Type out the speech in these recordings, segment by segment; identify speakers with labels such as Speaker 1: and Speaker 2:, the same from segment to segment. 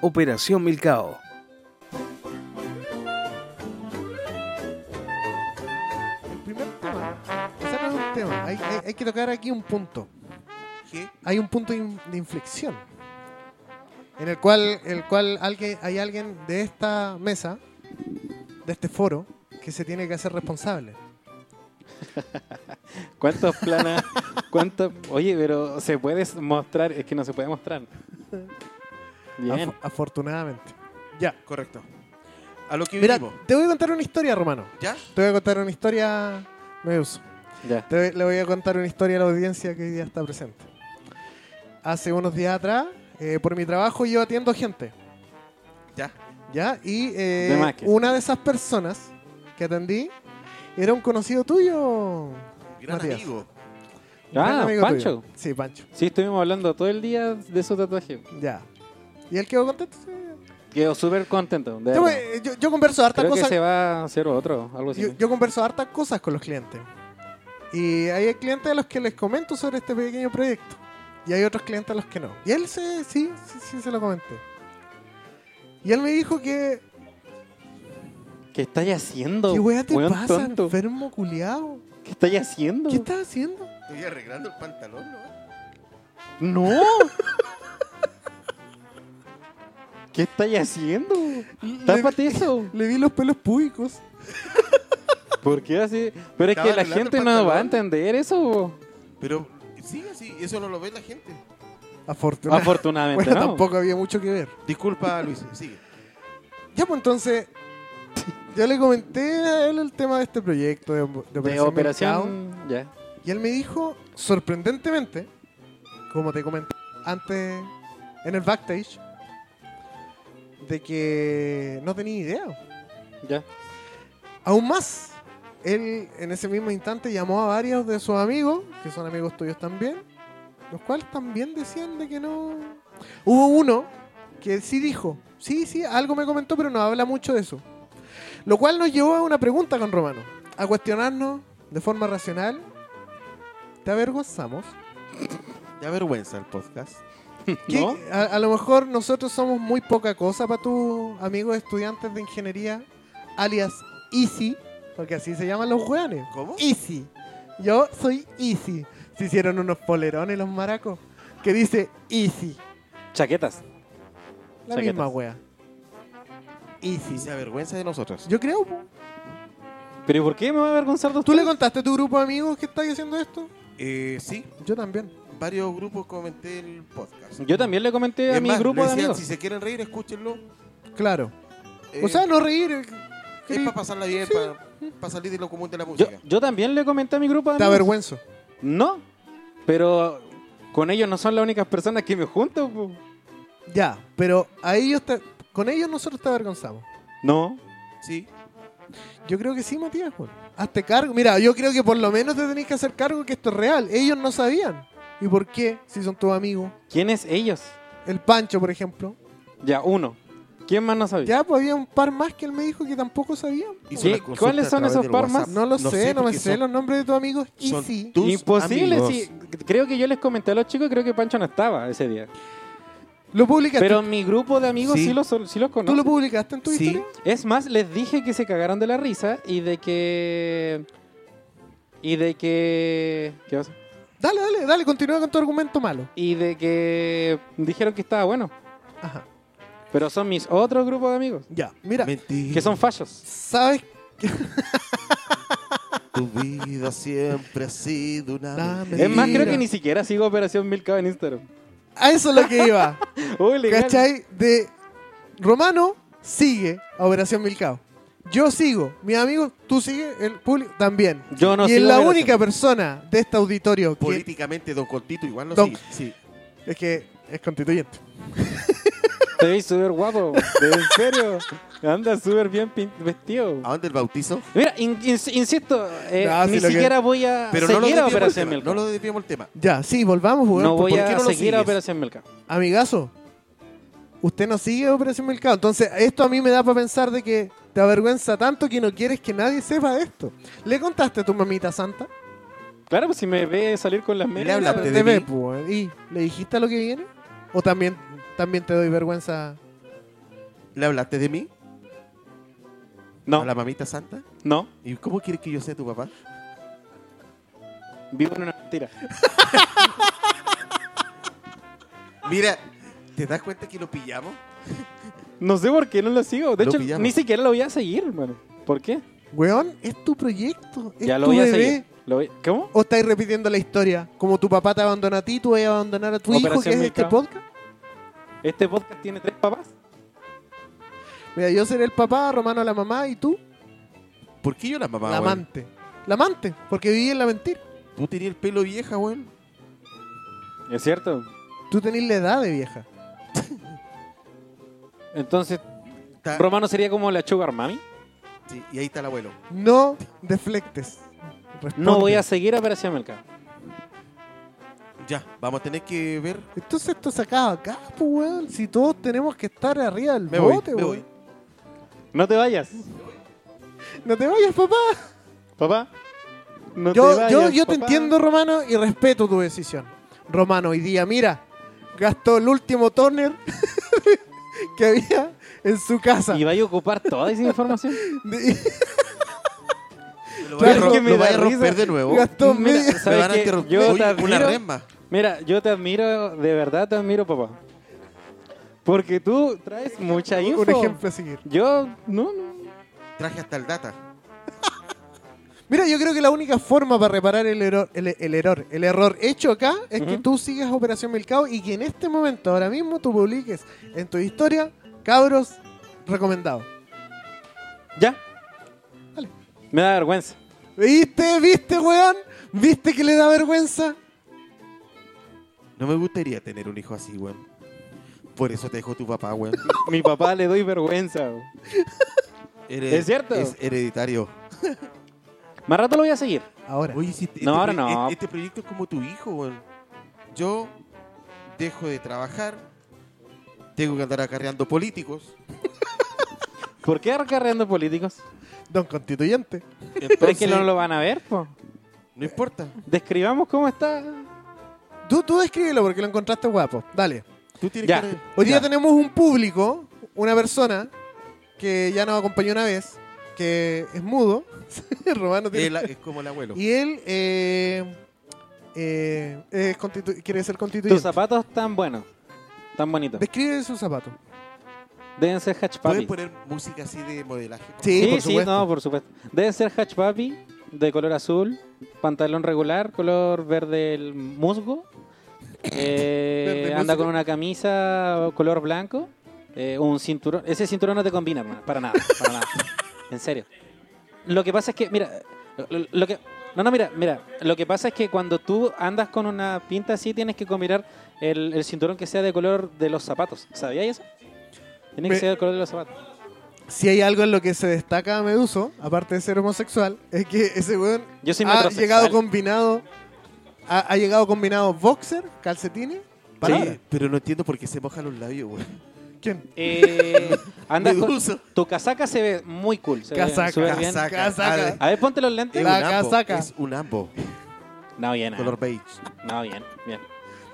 Speaker 1: Operación Milcao.
Speaker 2: El primer tema. O sea, no es un tema. Hay, hay- hay que tocar aquí un punto.
Speaker 3: ¿Qué?
Speaker 2: Hay un punto in- de inflexión. En el cual, el cual alguien, hay alguien de esta mesa, de este foro, que se tiene que hacer responsable.
Speaker 4: ¿Cuántos planas? ¿Cuántos? Oye, pero se puede mostrar, es que no se puede mostrar. Bien.
Speaker 2: Afo- afortunadamente. Ya.
Speaker 3: Correcto. A lo que
Speaker 2: Mira,
Speaker 3: vinimos.
Speaker 2: te voy a contar una historia, Romano.
Speaker 3: ¿Ya?
Speaker 2: Te voy a contar una historia. Me uso.
Speaker 4: Ya.
Speaker 2: Te voy- le voy a contar una historia a la audiencia que hoy día está presente. Hace unos días atrás, eh, por mi trabajo, yo atiendo gente.
Speaker 3: Ya.
Speaker 2: ¿Ya? Y eh,
Speaker 4: De más que-
Speaker 2: una de esas personas que atendí era un conocido tuyo.
Speaker 3: Un gran
Speaker 2: Matías.
Speaker 3: amigo.
Speaker 2: un gran
Speaker 4: Ah,
Speaker 2: amigo
Speaker 4: Pancho.
Speaker 2: tuyo. Sí, Pancho.
Speaker 4: Sí, estuvimos hablando todo el día de su tatuaje.
Speaker 2: Ya. ¿Y él quedó contento? Sí.
Speaker 4: Quedo súper contento. de
Speaker 2: Yo,
Speaker 4: verdad.
Speaker 2: eh, yo- yo converso hartas
Speaker 4: Creo que
Speaker 2: cosas.
Speaker 4: se va a hacer otro, algo así.
Speaker 2: Yo, yo converso hartas cosas con los clientes. Y hay clientes a los que les comento sobre este pequeño proyecto. Y hay otros clientes a los que no. Y él se, sí, sí, sí se lo comenté. Y él me dijo que.
Speaker 4: ¿Qué estáis haciendo?
Speaker 2: ¿Qué weá te
Speaker 4: weón
Speaker 2: pasa,
Speaker 4: tonto?
Speaker 2: enfermo culiao?
Speaker 4: ¿Qué estáis haciendo?
Speaker 2: ¿Qué estás haciendo?
Speaker 3: Estoy arreglando el pantalón, ¿no?
Speaker 4: ¡No! ¿Qué estáis haciendo? Tápate eso.
Speaker 2: Le vi los pelos públicos.
Speaker 4: ¿Por qué así? Pero es
Speaker 3: Estaba
Speaker 4: que la
Speaker 3: arreglando el
Speaker 4: gente no va a
Speaker 3: pantalón.
Speaker 4: entender eso.
Speaker 3: Pero sí, así, eso no lo ve la gente.
Speaker 2: Afortunadamente.
Speaker 4: Afortunadamente
Speaker 2: bueno,
Speaker 4: no.
Speaker 2: tampoco había mucho que ver.
Speaker 3: Disculpa, Luis, sigue.
Speaker 2: Ya, pues entonces. Yo le comenté a él el tema de este proyecto de, de
Speaker 4: De
Speaker 2: Operación Mercado.
Speaker 4: operación. Ya.
Speaker 2: Y él me dijo, sorprendentemente, como te comenté antes en el backstage, de que no tenía idea.
Speaker 4: Ya.
Speaker 2: Aún más, él en ese mismo instante llamó a varios de sus amigos, que son amigos tuyos también, los cuales también decían de que no... Hubo uno que sí dijo, sí, sí, algo me comentó, pero no habla mucho de eso. Lo cual nos llevó a una pregunta con Romano, a cuestionarnos de forma racional. ¿Te avergonzamos?
Speaker 3: Da vergüenza el podcast.
Speaker 2: ¿Qué-
Speaker 4: ¿No?
Speaker 2: a, a lo mejor nosotros somos muy poca cosa para tus amigos estudiantes de ingeniería, alias Easy, porque así se llaman los weones.
Speaker 3: ¿Cómo?
Speaker 2: Easy. Yo soy Easy. Se hicieron unos polerones los maracos que dice Easy.
Speaker 4: Chaquetas.
Speaker 2: La
Speaker 4: Chaquetas.
Speaker 2: misma wea.
Speaker 3: Y
Speaker 2: Easy.
Speaker 3: se avergüenza de nosotros.
Speaker 2: Yo creo. po.
Speaker 4: ¿Pero ¿y por qué me va a avergonzar de
Speaker 2: ¿Tú le
Speaker 4: ustedes?
Speaker 2: contaste a tu grupo de amigos que estáis haciendo esto?
Speaker 3: Eh, sí,
Speaker 2: Yo también.
Speaker 3: varios grupos comenté el podcast.
Speaker 4: Yo también le comenté a
Speaker 3: Es
Speaker 4: mi
Speaker 3: más,
Speaker 4: grupo
Speaker 3: le
Speaker 4: de
Speaker 3: decían,
Speaker 4: amigos.
Speaker 3: Si se quieren reír, escúchenlo.
Speaker 2: Claro.
Speaker 3: Eh,
Speaker 2: o sea, no reír. eh,
Speaker 3: es
Speaker 2: cre-
Speaker 3: para pasarla bien,
Speaker 2: Sí.
Speaker 3: para, salir de lo común de la
Speaker 4: Yo,
Speaker 3: música.
Speaker 4: yo también le comenté a mi grupo de
Speaker 2: Te
Speaker 4: amigos.
Speaker 2: avergüenzo.
Speaker 4: No, pero con ellos no son las únicas personas que me junto. po.
Speaker 2: Ya, pero a ellos te- con ellos nosotros te avergonzamos.
Speaker 4: No.
Speaker 3: Sí,
Speaker 2: Yo creo que sí, Matías, weón. Hazte cargo. Mira, yo creo que por lo menos te tenés que hacer cargo que esto es real. Ellos no sabían. ¿Y por qué? Si son tus amigos.
Speaker 4: ¿Quiénes ellos?
Speaker 2: El Pancho, por ejemplo.
Speaker 4: Ya, uno. ¿Quién más no sabía?
Speaker 2: Ya, pues había un par más que él me dijo que tampoco sabían.
Speaker 3: Hizo
Speaker 4: ¿Qué-
Speaker 3: una consulta
Speaker 4: cuáles
Speaker 3: a
Speaker 4: son
Speaker 3: través
Speaker 4: esos
Speaker 3: del
Speaker 4: par más?
Speaker 3: WhatsApp.
Speaker 2: No lo sé, no me
Speaker 3: porque
Speaker 2: sé
Speaker 3: son-
Speaker 2: los nombres de tus amigos. Y
Speaker 3: son
Speaker 2: sí.
Speaker 3: tus
Speaker 4: Imposible,
Speaker 3: amigos.
Speaker 4: sí. Creo que yo les comenté a los chicos, creo que Pancho no estaba ese día.
Speaker 2: Lo publicaste.
Speaker 4: Pero mi grupo de amigos sí,
Speaker 3: Sí.
Speaker 4: los, sí los
Speaker 2: ¿Tú lo
Speaker 4: conozco.
Speaker 2: publicaste en tu
Speaker 3: Sí.
Speaker 2: historia?
Speaker 4: Es más, les dije que se cagaron de la risa y de que... Y de que... ¿Qué pasa?
Speaker 2: Dale, dale, dale, continúa con tu argumento malo.
Speaker 4: Y de que dijeron que estaba bueno.
Speaker 2: Ajá.
Speaker 4: Pero son mis otros grupos de amigos.
Speaker 2: Ya, mira.
Speaker 3: Mentira.
Speaker 4: Que son fallos.
Speaker 2: ¿Sabes?
Speaker 3: Tu vida siempre ha sido una.
Speaker 2: Nah,
Speaker 3: mentira.
Speaker 4: Es más, creo
Speaker 2: Mira.
Speaker 4: que ni siquiera sigo Operación Milka en Instagram.
Speaker 2: A eso es lo que iba.
Speaker 4: Uy, legal.
Speaker 2: ¿Cachai? De Romano sigue a Operación Milcao. Yo sigo, mis amigos, tú sigues, el público también.
Speaker 4: Yo no
Speaker 2: y es
Speaker 4: sigo
Speaker 2: la
Speaker 4: Operación.
Speaker 2: única persona de este auditorio que
Speaker 3: Políticamente, Don Contito igual no
Speaker 2: Don-
Speaker 3: sigue. Sí.
Speaker 2: es que es constituyente.
Speaker 4: Te veis súper guapo. En serio. Anda súper bien pin- vestido.
Speaker 3: ¿A dónde el bautizo?
Speaker 4: Mira, in- ins- insisto, eh,
Speaker 2: No,
Speaker 4: ni
Speaker 2: si lo que-
Speaker 4: siquiera voy a
Speaker 3: Pero no lo,
Speaker 4: seguir a
Speaker 3: desviemos el
Speaker 4: Operación
Speaker 3: tema,
Speaker 4: Melca.
Speaker 3: no lo desviemos el tema.
Speaker 2: Ya, sí, volvamos, weón. pues,
Speaker 4: No voy
Speaker 3: ¿por qué
Speaker 4: a
Speaker 3: no lo
Speaker 4: seguir a
Speaker 3: sigues?
Speaker 4: Operación Melca.
Speaker 2: Amigazo, usted no sigue a Operación Milcao. Entonces, esto a mí me da para pensar de que te avergüenza tanto que no quieres que nadie sepa de esto. ¿Le contaste a tu mamita santa?
Speaker 4: Claro, pues si me ve salir con las medias.
Speaker 3: habla,
Speaker 2: Te,
Speaker 3: Hablaste
Speaker 2: te
Speaker 3: de
Speaker 2: ve,
Speaker 3: mí.
Speaker 2: pues, weón. ¿Y le dijiste lo que viene? ¿O también, también te doy vergüenza
Speaker 3: ¿Le hablaste de mí?
Speaker 4: No,
Speaker 3: ¿A la mamita santa?
Speaker 4: no,
Speaker 3: ¿Y cómo quieres que yo sea tu papá?
Speaker 4: vivo en una mentira.
Speaker 3: Mira, ¿te das cuenta que lo pillamos?
Speaker 4: No sé por qué no lo sigo. De
Speaker 3: Lo
Speaker 4: hecho,
Speaker 3: pillamos.
Speaker 4: ni siquiera lo voy a seguir, hermano. ¿Por qué?
Speaker 2: Weón, es tu proyecto. Es
Speaker 4: ya lo
Speaker 2: tu
Speaker 4: voy a
Speaker 2: bebé.
Speaker 4: seguir. Lo voy- ¿Cómo?
Speaker 2: ¿O estáis repitiendo la historia? Como tu papá te abandona a ti, tú vas a abandonar a tu hijo, que
Speaker 4: Operación
Speaker 2: es este
Speaker 4: Milcao.
Speaker 2: podcast.
Speaker 4: ¿Este podcast tiene tres papás?
Speaker 2: Mira, yo seré el papá, Romano la mamá y tú,
Speaker 3: ¿Por qué yo la mamá,
Speaker 2: la
Speaker 3: weón?
Speaker 2: amante. La amante, porque viví en la mentira.
Speaker 3: Tú tenías el pelo vieja, weón.
Speaker 4: Es cierto.
Speaker 2: Tú tenés la edad de vieja.
Speaker 4: Entonces,
Speaker 3: Ta-
Speaker 4: Romano sería como la Sugar Mami.
Speaker 3: Sí, y ahí está el abuelo.
Speaker 2: No deflectes.
Speaker 4: No
Speaker 2: Responde.
Speaker 4: voy a seguir a Operación Melcano.
Speaker 3: Ya, vamos a tener que ver.
Speaker 2: Entonces esto se acaba acá, pues, weón. Si todos tenemos que estar arriba del
Speaker 3: Me voy,
Speaker 2: bote,
Speaker 3: me
Speaker 2: weón.
Speaker 3: voy.
Speaker 4: No te vayas.
Speaker 2: No te vayas, papá.
Speaker 4: Papá. No
Speaker 2: yo
Speaker 4: te vayas,
Speaker 2: yo, yo te
Speaker 4: papá.
Speaker 2: entiendo, Romano, y respeto tu decisión. Romano, hoy día, mira, gastó el último toner que había en su casa.
Speaker 4: Y vais a ocupar toda esa información.
Speaker 3: Lo
Speaker 2: Claro,
Speaker 3: vaya, a ro-
Speaker 2: que
Speaker 4: me
Speaker 3: lo
Speaker 4: da
Speaker 3: vaya a
Speaker 4: risa.
Speaker 3: romper de nuevo.
Speaker 2: gastó
Speaker 4: Mira,
Speaker 2: media-
Speaker 4: ¿sabes
Speaker 3: Me van a
Speaker 4: qué?
Speaker 3: interrumpir.
Speaker 4: Yo te
Speaker 3: Oye, una
Speaker 4: admiro.
Speaker 3: resma.
Speaker 4: Mira, yo te admiro, de verdad te admiro, papá. Porque tú traes mucha info.
Speaker 2: un ejemplo a seguir.
Speaker 4: Yo, no, no.
Speaker 3: Traje hasta el data.
Speaker 2: Mira, yo creo que la única forma para reparar el error, el, el error, el error hecho acá es que
Speaker 4: Ujú.
Speaker 2: tú sigas Operación Milcao y que en este momento, ahora mismo, tú publiques en tu historia, cabros, recomendado.
Speaker 4: Ya.
Speaker 2: Dale.
Speaker 4: Me da vergüenza.
Speaker 2: ¿Viste? ¿Viste, weón? ¿Viste que le da vergüenza?
Speaker 3: No me gustaría tener un hijo así, weón. Por eso te dejó tu papá, weón.
Speaker 4: Mi papá le doy vergüenza. bro.
Speaker 3: Hered-
Speaker 4: ¿Es cierto?
Speaker 3: Es hereditario.
Speaker 4: Más rato lo voy a seguir.
Speaker 2: Ahora.
Speaker 3: Oye, si este,
Speaker 4: No, ahora
Speaker 3: proye-
Speaker 4: no.
Speaker 3: este- este proyecto es como tu hijo, weón. Yo dejo de trabajar. Tengo que andar acarreando políticos.
Speaker 4: ¿Por qué acarreando políticos?
Speaker 2: Don Constituyente.
Speaker 4: Pero es
Speaker 3: Entonces,
Speaker 4: que no lo van a ver, po.
Speaker 3: no importa.
Speaker 4: Describamos cómo está.
Speaker 2: Tú, tú descríbelo porque lo encontraste guapo. Dale.
Speaker 3: Tú tienes
Speaker 4: Ya.
Speaker 3: que...
Speaker 2: Hoy día
Speaker 4: Ya.
Speaker 2: tenemos un público, una persona que ya nos acompañó una vez, que es mudo. Romano
Speaker 4: Eh,
Speaker 2: tiene-
Speaker 3: Él es como el abuelo.
Speaker 2: Y él eh, eh, es constitu- quiere ser
Speaker 4: Tus
Speaker 2: constituyente.
Speaker 4: zapatos tan buenos, tan bonitos.
Speaker 2: Describe su zapato.
Speaker 4: Deben ser Hatch
Speaker 3: ¿Puedes
Speaker 4: Papi.
Speaker 3: poner música así de modelaje? por
Speaker 2: Sí, por
Speaker 4: Sí, sí,
Speaker 2: supuesto.
Speaker 4: no, por supuesto. Deben ser Hatch Papi de color azul, pantalón regular, color verde el musgo. Eh,
Speaker 2: Verde
Speaker 4: anda
Speaker 2: musgo.
Speaker 4: con una camisa color blanco, eh, un cinturón. Ese cinturón no te combina, hermano, para nada, para nada. En serio. Lo que pasa es que, mira, lo, lo que no, no, mira, mira, lo que pasa es que cuando tú andas con una pinta así tienes que combinar el, el cinturón que sea de color de los zapatos. ¿Sabías eso? Tiene que
Speaker 2: Me-
Speaker 4: ser del color de los zapatos.
Speaker 2: Si hay algo en lo que se destaca a Meduso, aparte de ser homosexual, es que ese weón
Speaker 4: Yo soy
Speaker 2: ha
Speaker 4: metrosexual.
Speaker 2: llegado combinado. Ha, ha llegado combinado boxer, calcetines,
Speaker 3: favor?
Speaker 2: palabras.
Speaker 3: Sí, pero no entiendo por qué se mojan los labios, weón.
Speaker 2: ¿Quién?
Speaker 4: Eh, andas con-
Speaker 3: Meduso.
Speaker 4: tu casaca se ve muy cool. Se ve
Speaker 2: Casaca,
Speaker 4: súper bien.
Speaker 3: casaca.
Speaker 2: Casaca.
Speaker 4: A ver, ponte los lentes.
Speaker 2: La
Speaker 3: un ambo,
Speaker 2: casaca.
Speaker 3: Es un ambo.
Speaker 4: No, bien. ah.
Speaker 3: Color beige.
Speaker 4: No, bien. bien.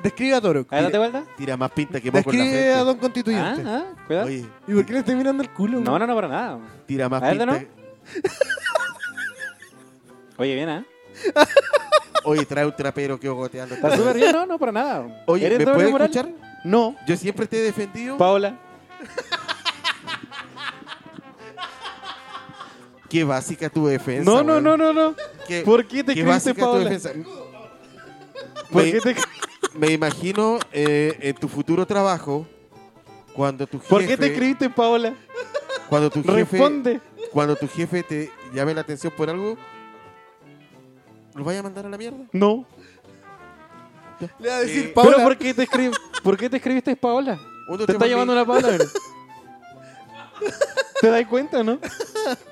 Speaker 2: Describe a Toruk.
Speaker 4: A ver, date vuelta.
Speaker 3: Tira más pinta que moco en la
Speaker 2: Describe a
Speaker 3: frente.
Speaker 2: Don Constituyente.
Speaker 4: Ah, ah, cuidado.
Speaker 3: Oye,
Speaker 2: ¿Y por qué le estoy mirando el culo?
Speaker 4: No, no, no, para nada.
Speaker 3: tira más
Speaker 4: A ver, de
Speaker 3: pinta.
Speaker 4: nuevo. Oye, bien, ¿ah?
Speaker 3: Oye, trae un trapero que goteando.
Speaker 4: Está súper bien, no, no, para nada.
Speaker 3: Oye,
Speaker 4: ¿Eres
Speaker 3: ¿me
Speaker 4: Pablo
Speaker 3: puedes
Speaker 4: Morales?
Speaker 3: escuchar?
Speaker 4: No,
Speaker 3: Yo siempre te he defendido
Speaker 4: Paola.
Speaker 3: Qué básica tu defensa.
Speaker 4: No, no, no, no, no.
Speaker 3: ¿Qué,
Speaker 4: ¿Por qué te
Speaker 3: Eh, qué
Speaker 4: creíste
Speaker 3: básica tu
Speaker 4: Paola?
Speaker 3: defensa?
Speaker 4: ¿Por
Speaker 3: Me-
Speaker 4: qué te,
Speaker 3: Me imagino eh, en tu futuro trabajo, cuando tu jefe,
Speaker 4: ¿por qué te creíste Paola?
Speaker 3: cuando tu jefe,
Speaker 4: Responde.
Speaker 3: cuando tu jefe te llame la atención por algo, ¿lo vaya a mandar a la mierda?
Speaker 4: No.
Speaker 2: Le va a decir
Speaker 3: Eh,
Speaker 2: Paola.
Speaker 4: ¿Pero por qué te, escrib- por qué te escribiste Paola?
Speaker 3: Uno
Speaker 4: Te está
Speaker 3: mandé-
Speaker 4: llamando una Paola. bro. ¿Te das cuenta, no?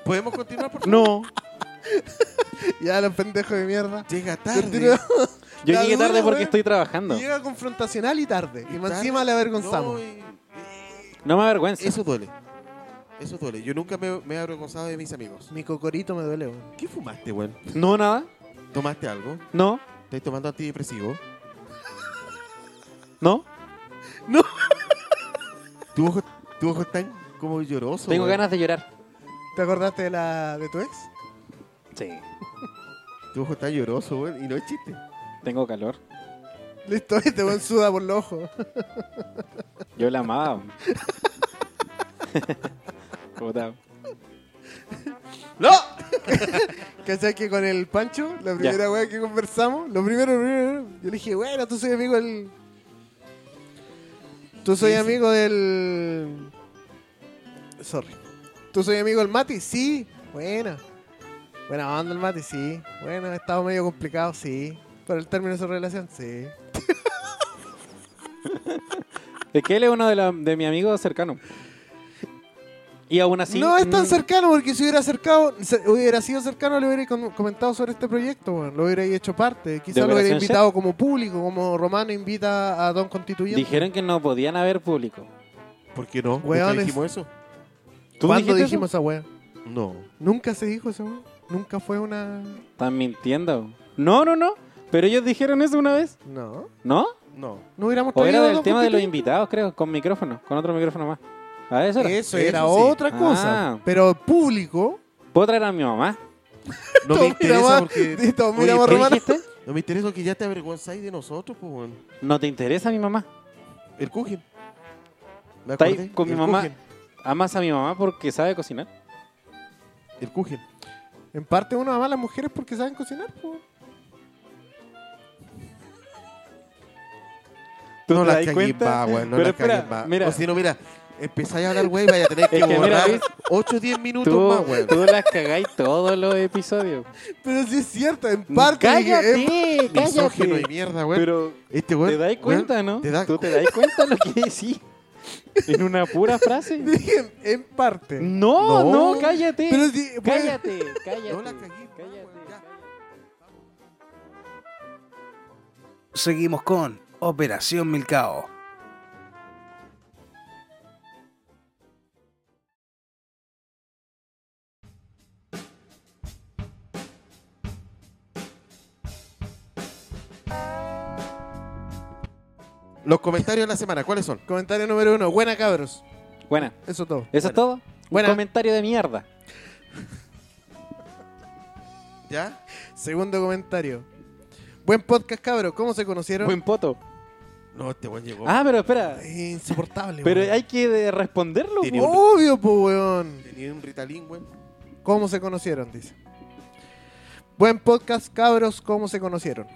Speaker 3: ¿Podemos continuar? Por... favor?
Speaker 4: No.
Speaker 2: Ya, los pendejos de mierda.
Speaker 3: Llega tarde.
Speaker 2: Continúa.
Speaker 4: Yo
Speaker 2: La
Speaker 4: llegué
Speaker 2: dura,
Speaker 4: tarde porque
Speaker 2: güey.
Speaker 4: estoy trabajando.
Speaker 2: Llega confrontacional y tarde. Y, más
Speaker 3: Tarde.
Speaker 2: encima le avergonzamos.
Speaker 3: No, y-
Speaker 4: No me avergüenza.
Speaker 3: Eso duele. Eso duele. Yo nunca me, me he avergonzado de mis amigos.
Speaker 2: Mi cocorito me duele, weón.
Speaker 3: ¿Qué fumaste, weón?
Speaker 4: No, nada.
Speaker 3: ¿Tomaste algo?
Speaker 4: No.
Speaker 3: ¿Estás tomando antidepresivo?
Speaker 4: No.
Speaker 3: ¿Tu ojo, tu ojo está en- como lloroso.
Speaker 4: Tengo
Speaker 3: weón.
Speaker 4: ganas de llorar.
Speaker 2: ¿Te acordaste de, la, de tu ex?
Speaker 4: Sí.
Speaker 3: Tu ojo está lloroso, weón. Y no es chiste.
Speaker 4: Tengo calor.
Speaker 2: Listo, este buen suda por los ojos.
Speaker 4: Yo la amaba. Puta.
Speaker 3: ¡No!
Speaker 2: ¿Cachai que con el Pancho, la primera weá que conversamos, lo primero, lo primero, yo le dije, bueno, tú soy amigo del. Tú soy
Speaker 3: Sí, sí.
Speaker 2: amigo del. Sorry. ¿Tú soy amigo del Mati? Sí, buena. Buena onda el Mati, sí. Bueno, ha estado medio complicado, sí. Por el término de su relación, sí.
Speaker 4: Es que él es uno de, la- de mis amigos cercanos. Y aún así.
Speaker 2: no es tan
Speaker 4: mm,
Speaker 2: cercano, porque si hubiera acercado, se- hubiera sido cercano, le hubiera com- comentado sobre este proyecto, weón. lo hubiera hecho parte. Quizá lo hubiera
Speaker 4: Operación
Speaker 2: invitado como público, como Romano invita a Don Constituyente.
Speaker 4: Dijeron que no podían haber público.
Speaker 3: ¿Por qué no? ¿Nunca
Speaker 2: Weones.
Speaker 3: dijimos eso?
Speaker 4: ¿Tú
Speaker 2: ¿Cuándo
Speaker 4: dijiste
Speaker 2: dijimos esa weá?
Speaker 3: No.
Speaker 2: Nunca se dijo esa weá. Nunca fue una.
Speaker 4: eso? Están mintiendo. No, no, no. Pero ellos dijeron eso una vez.
Speaker 2: No.
Speaker 4: ¿No?
Speaker 3: No.
Speaker 2: No hubiéramos
Speaker 4: O
Speaker 2: traído
Speaker 4: era
Speaker 2: a
Speaker 4: del
Speaker 2: Don
Speaker 4: tema de los
Speaker 2: Constituyente.
Speaker 4: invitados, creo, con micrófono, con otro micrófono más. A eso era.
Speaker 3: Eso
Speaker 2: Era
Speaker 3: eso sí.
Speaker 2: otra cosa.
Speaker 4: Ah.
Speaker 2: Pero público.
Speaker 4: ¿Puedo traer a mi mamá?
Speaker 3: No me
Speaker 2: Todos
Speaker 3: interesa
Speaker 2: miramos-
Speaker 3: porque.
Speaker 2: todos
Speaker 3: Oye,
Speaker 2: miramos a
Speaker 3: ¿qué
Speaker 2: Romano.
Speaker 4: dijiste?
Speaker 3: No me interesa que ya te avergonzáis de nosotros, pues, weón.
Speaker 4: ¿No te interesa mi mamá?
Speaker 3: El Kugen. ¿Me
Speaker 4: Está ahí
Speaker 3: acordé?
Speaker 4: con mi
Speaker 3: El
Speaker 4: mamá.
Speaker 3: Kugen.
Speaker 4: ¿Amas a mi mamá porque sabe cocinar?
Speaker 3: El Kugen.
Speaker 2: En parte uno ama a las mujeres porque saben cocinar, po.
Speaker 4: ¿Tú
Speaker 3: no
Speaker 4: te
Speaker 3: la
Speaker 4: das
Speaker 3: caguéis
Speaker 4: cuenta?
Speaker 3: más, weón, No
Speaker 4: Pero
Speaker 3: la
Speaker 4: espera,
Speaker 3: caguéis más.
Speaker 4: mira.
Speaker 3: O si no, mira, empezáis a hablar, güey, vaya a tener que,
Speaker 4: Es que mira,
Speaker 3: borrar
Speaker 4: ¿ves?
Speaker 3: 8 o 10 minutos
Speaker 4: Tú,
Speaker 3: más, weón.
Speaker 4: tú las cagáis todos los episodios.
Speaker 2: Pero sí es cierto, en parte.
Speaker 4: cállate,
Speaker 2: en-
Speaker 3: Misógino
Speaker 4: cállate.
Speaker 3: de mierda, güey.
Speaker 4: Pero
Speaker 3: este güey.
Speaker 4: te dais cuenta, ¿no?
Speaker 3: te da-
Speaker 4: ¿Tú te dais cuenta lo que decís? ¿En una pura frase?
Speaker 2: dije en- en parte.
Speaker 4: No, no,
Speaker 3: No.
Speaker 4: cállate.
Speaker 2: Pero sí, pues-
Speaker 4: cállate, cállate.
Speaker 3: No la cagué,
Speaker 4: cállate,
Speaker 3: weón, ya.
Speaker 1: Seguimos con Operación Milcao.
Speaker 3: Los comentarios de la semana, ¿cuáles son?
Speaker 2: Comentario número uno. Buena, cabros.
Speaker 4: Buena.
Speaker 2: Eso todo.
Speaker 4: ¿Eso es todo?
Speaker 2: Buena.
Speaker 4: Un comentario de mierda.
Speaker 3: ¿Ya?
Speaker 2: Segundo comentario. Buen podcast, cabros. ¿Cómo se conocieron?
Speaker 4: Buen poto.
Speaker 3: No, este güey
Speaker 2: Oh.
Speaker 3: llegó.
Speaker 4: Ah, pero espera.
Speaker 2: Es insoportable,
Speaker 4: Pero
Speaker 2: weón.
Speaker 4: hay que de- responderlo.
Speaker 3: Tiene
Speaker 4: po.
Speaker 2: Obvio, po, weón.
Speaker 3: Tenía un Ritalin, güey.
Speaker 2: ¿Cómo se conocieron? Dice. Buen podcast, cabros. ¿Cómo se conocieron?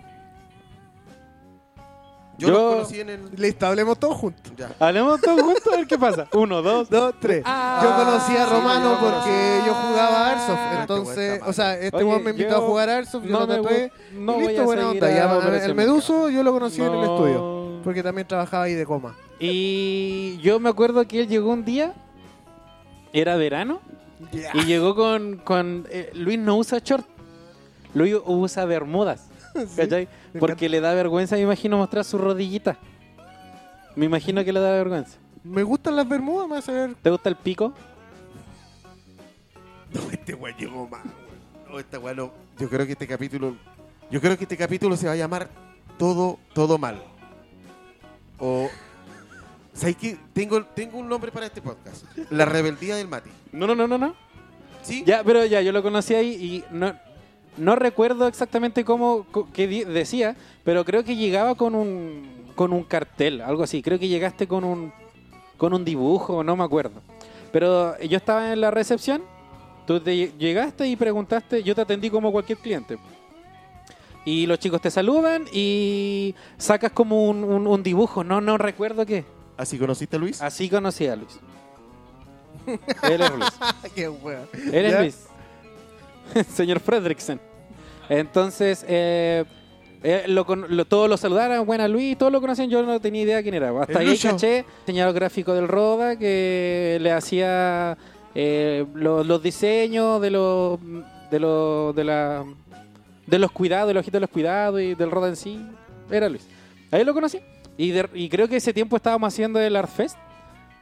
Speaker 3: Yo,
Speaker 4: Yo-
Speaker 3: los conocí en el.
Speaker 2: Listo, hablemos todos juntos.
Speaker 3: Ya.
Speaker 4: Hablemos todos juntos a ver qué pasa. Uno, dos.
Speaker 2: Dos, tres.
Speaker 4: Ah,
Speaker 2: yo conocí a
Speaker 4: sí,
Speaker 2: Romano
Speaker 4: yo conocí.
Speaker 2: porque yo jugaba a Airsoft.
Speaker 4: Ah,
Speaker 3: qué
Speaker 2: Entonces,
Speaker 3: buena
Speaker 2: o sea, este
Speaker 4: Oye,
Speaker 2: weón me invitó
Speaker 4: yo
Speaker 2: a jugar a Airsoft. Yo
Speaker 4: no
Speaker 2: lo
Speaker 4: me
Speaker 2: tatué.
Speaker 4: gu- no
Speaker 2: y
Speaker 4: voy
Speaker 2: listo,
Speaker 4: a
Speaker 2: buena
Speaker 4: seguir
Speaker 2: onda.
Speaker 4: a
Speaker 2: Ya,
Speaker 4: Operación
Speaker 2: el Meduso yo lo conocí en el
Speaker 4: No.
Speaker 2: estudio. Porque también trabajaba ahí de coma.
Speaker 4: Y yo me acuerdo que él llegó un día, era verano, y llegó con... con eh, Luis no usa short, Luis usa bermudas, ¿cachai?
Speaker 2: me
Speaker 4: Porque le da vergüenza, me imagino, mostrar su rodillita. Me imagino que le da vergüenza.
Speaker 2: Me gustan las bermudas, me hace ver.
Speaker 4: ¿Te gusta el pico?
Speaker 3: No, este güey llegó más, güey. No, este güey no. Yo creo que este capítulo. Yo creo que este capítulo se va a llamar Todo, Todo Mal. O. ¿Sabes qué? Tengo, tengo un nombre para este podcast: La rebeldía del Mati.
Speaker 4: No, no, no, no, no.
Speaker 3: ¿Sí?
Speaker 4: Ya, pero ya, yo lo conocí ahí y no, no recuerdo exactamente cómo, co- qué di- decía, pero creo que llegaba con un, con un cartel, algo así. Creo que llegaste con un, con un dibujo, no me acuerdo. Pero yo estaba en la recepción, tú te lle- llegaste y preguntaste, yo te atendí como cualquier cliente. Y los chicos te saludan y sacas como un, un- un dibujo, no, no recuerdo qué.
Speaker 3: ¿Así Ah, conociste a Luis?
Speaker 4: Así conocí a Luis. Él es Luis.
Speaker 2: Qué weón.
Speaker 4: Él es
Speaker 2: ¿Ya?
Speaker 4: Luis. Señor Fredricksen. Entonces, eh, eh, lo con- lo- todos lo saludaron, buena Luis, todos lo conocían, yo no tenía idea quién era.
Speaker 2: El
Speaker 4: Hasta ahí
Speaker 2: Lucho.
Speaker 4: caché, señor gráfico del Roda, que le hacía eh, lo- los diseños de los de los de la de los cuidados, del ojito de los cuidados y del Roda en sí. Era Luis. Ahí lo conocí. Y, de- y creo que ese tiempo estábamos haciendo el Art Fest.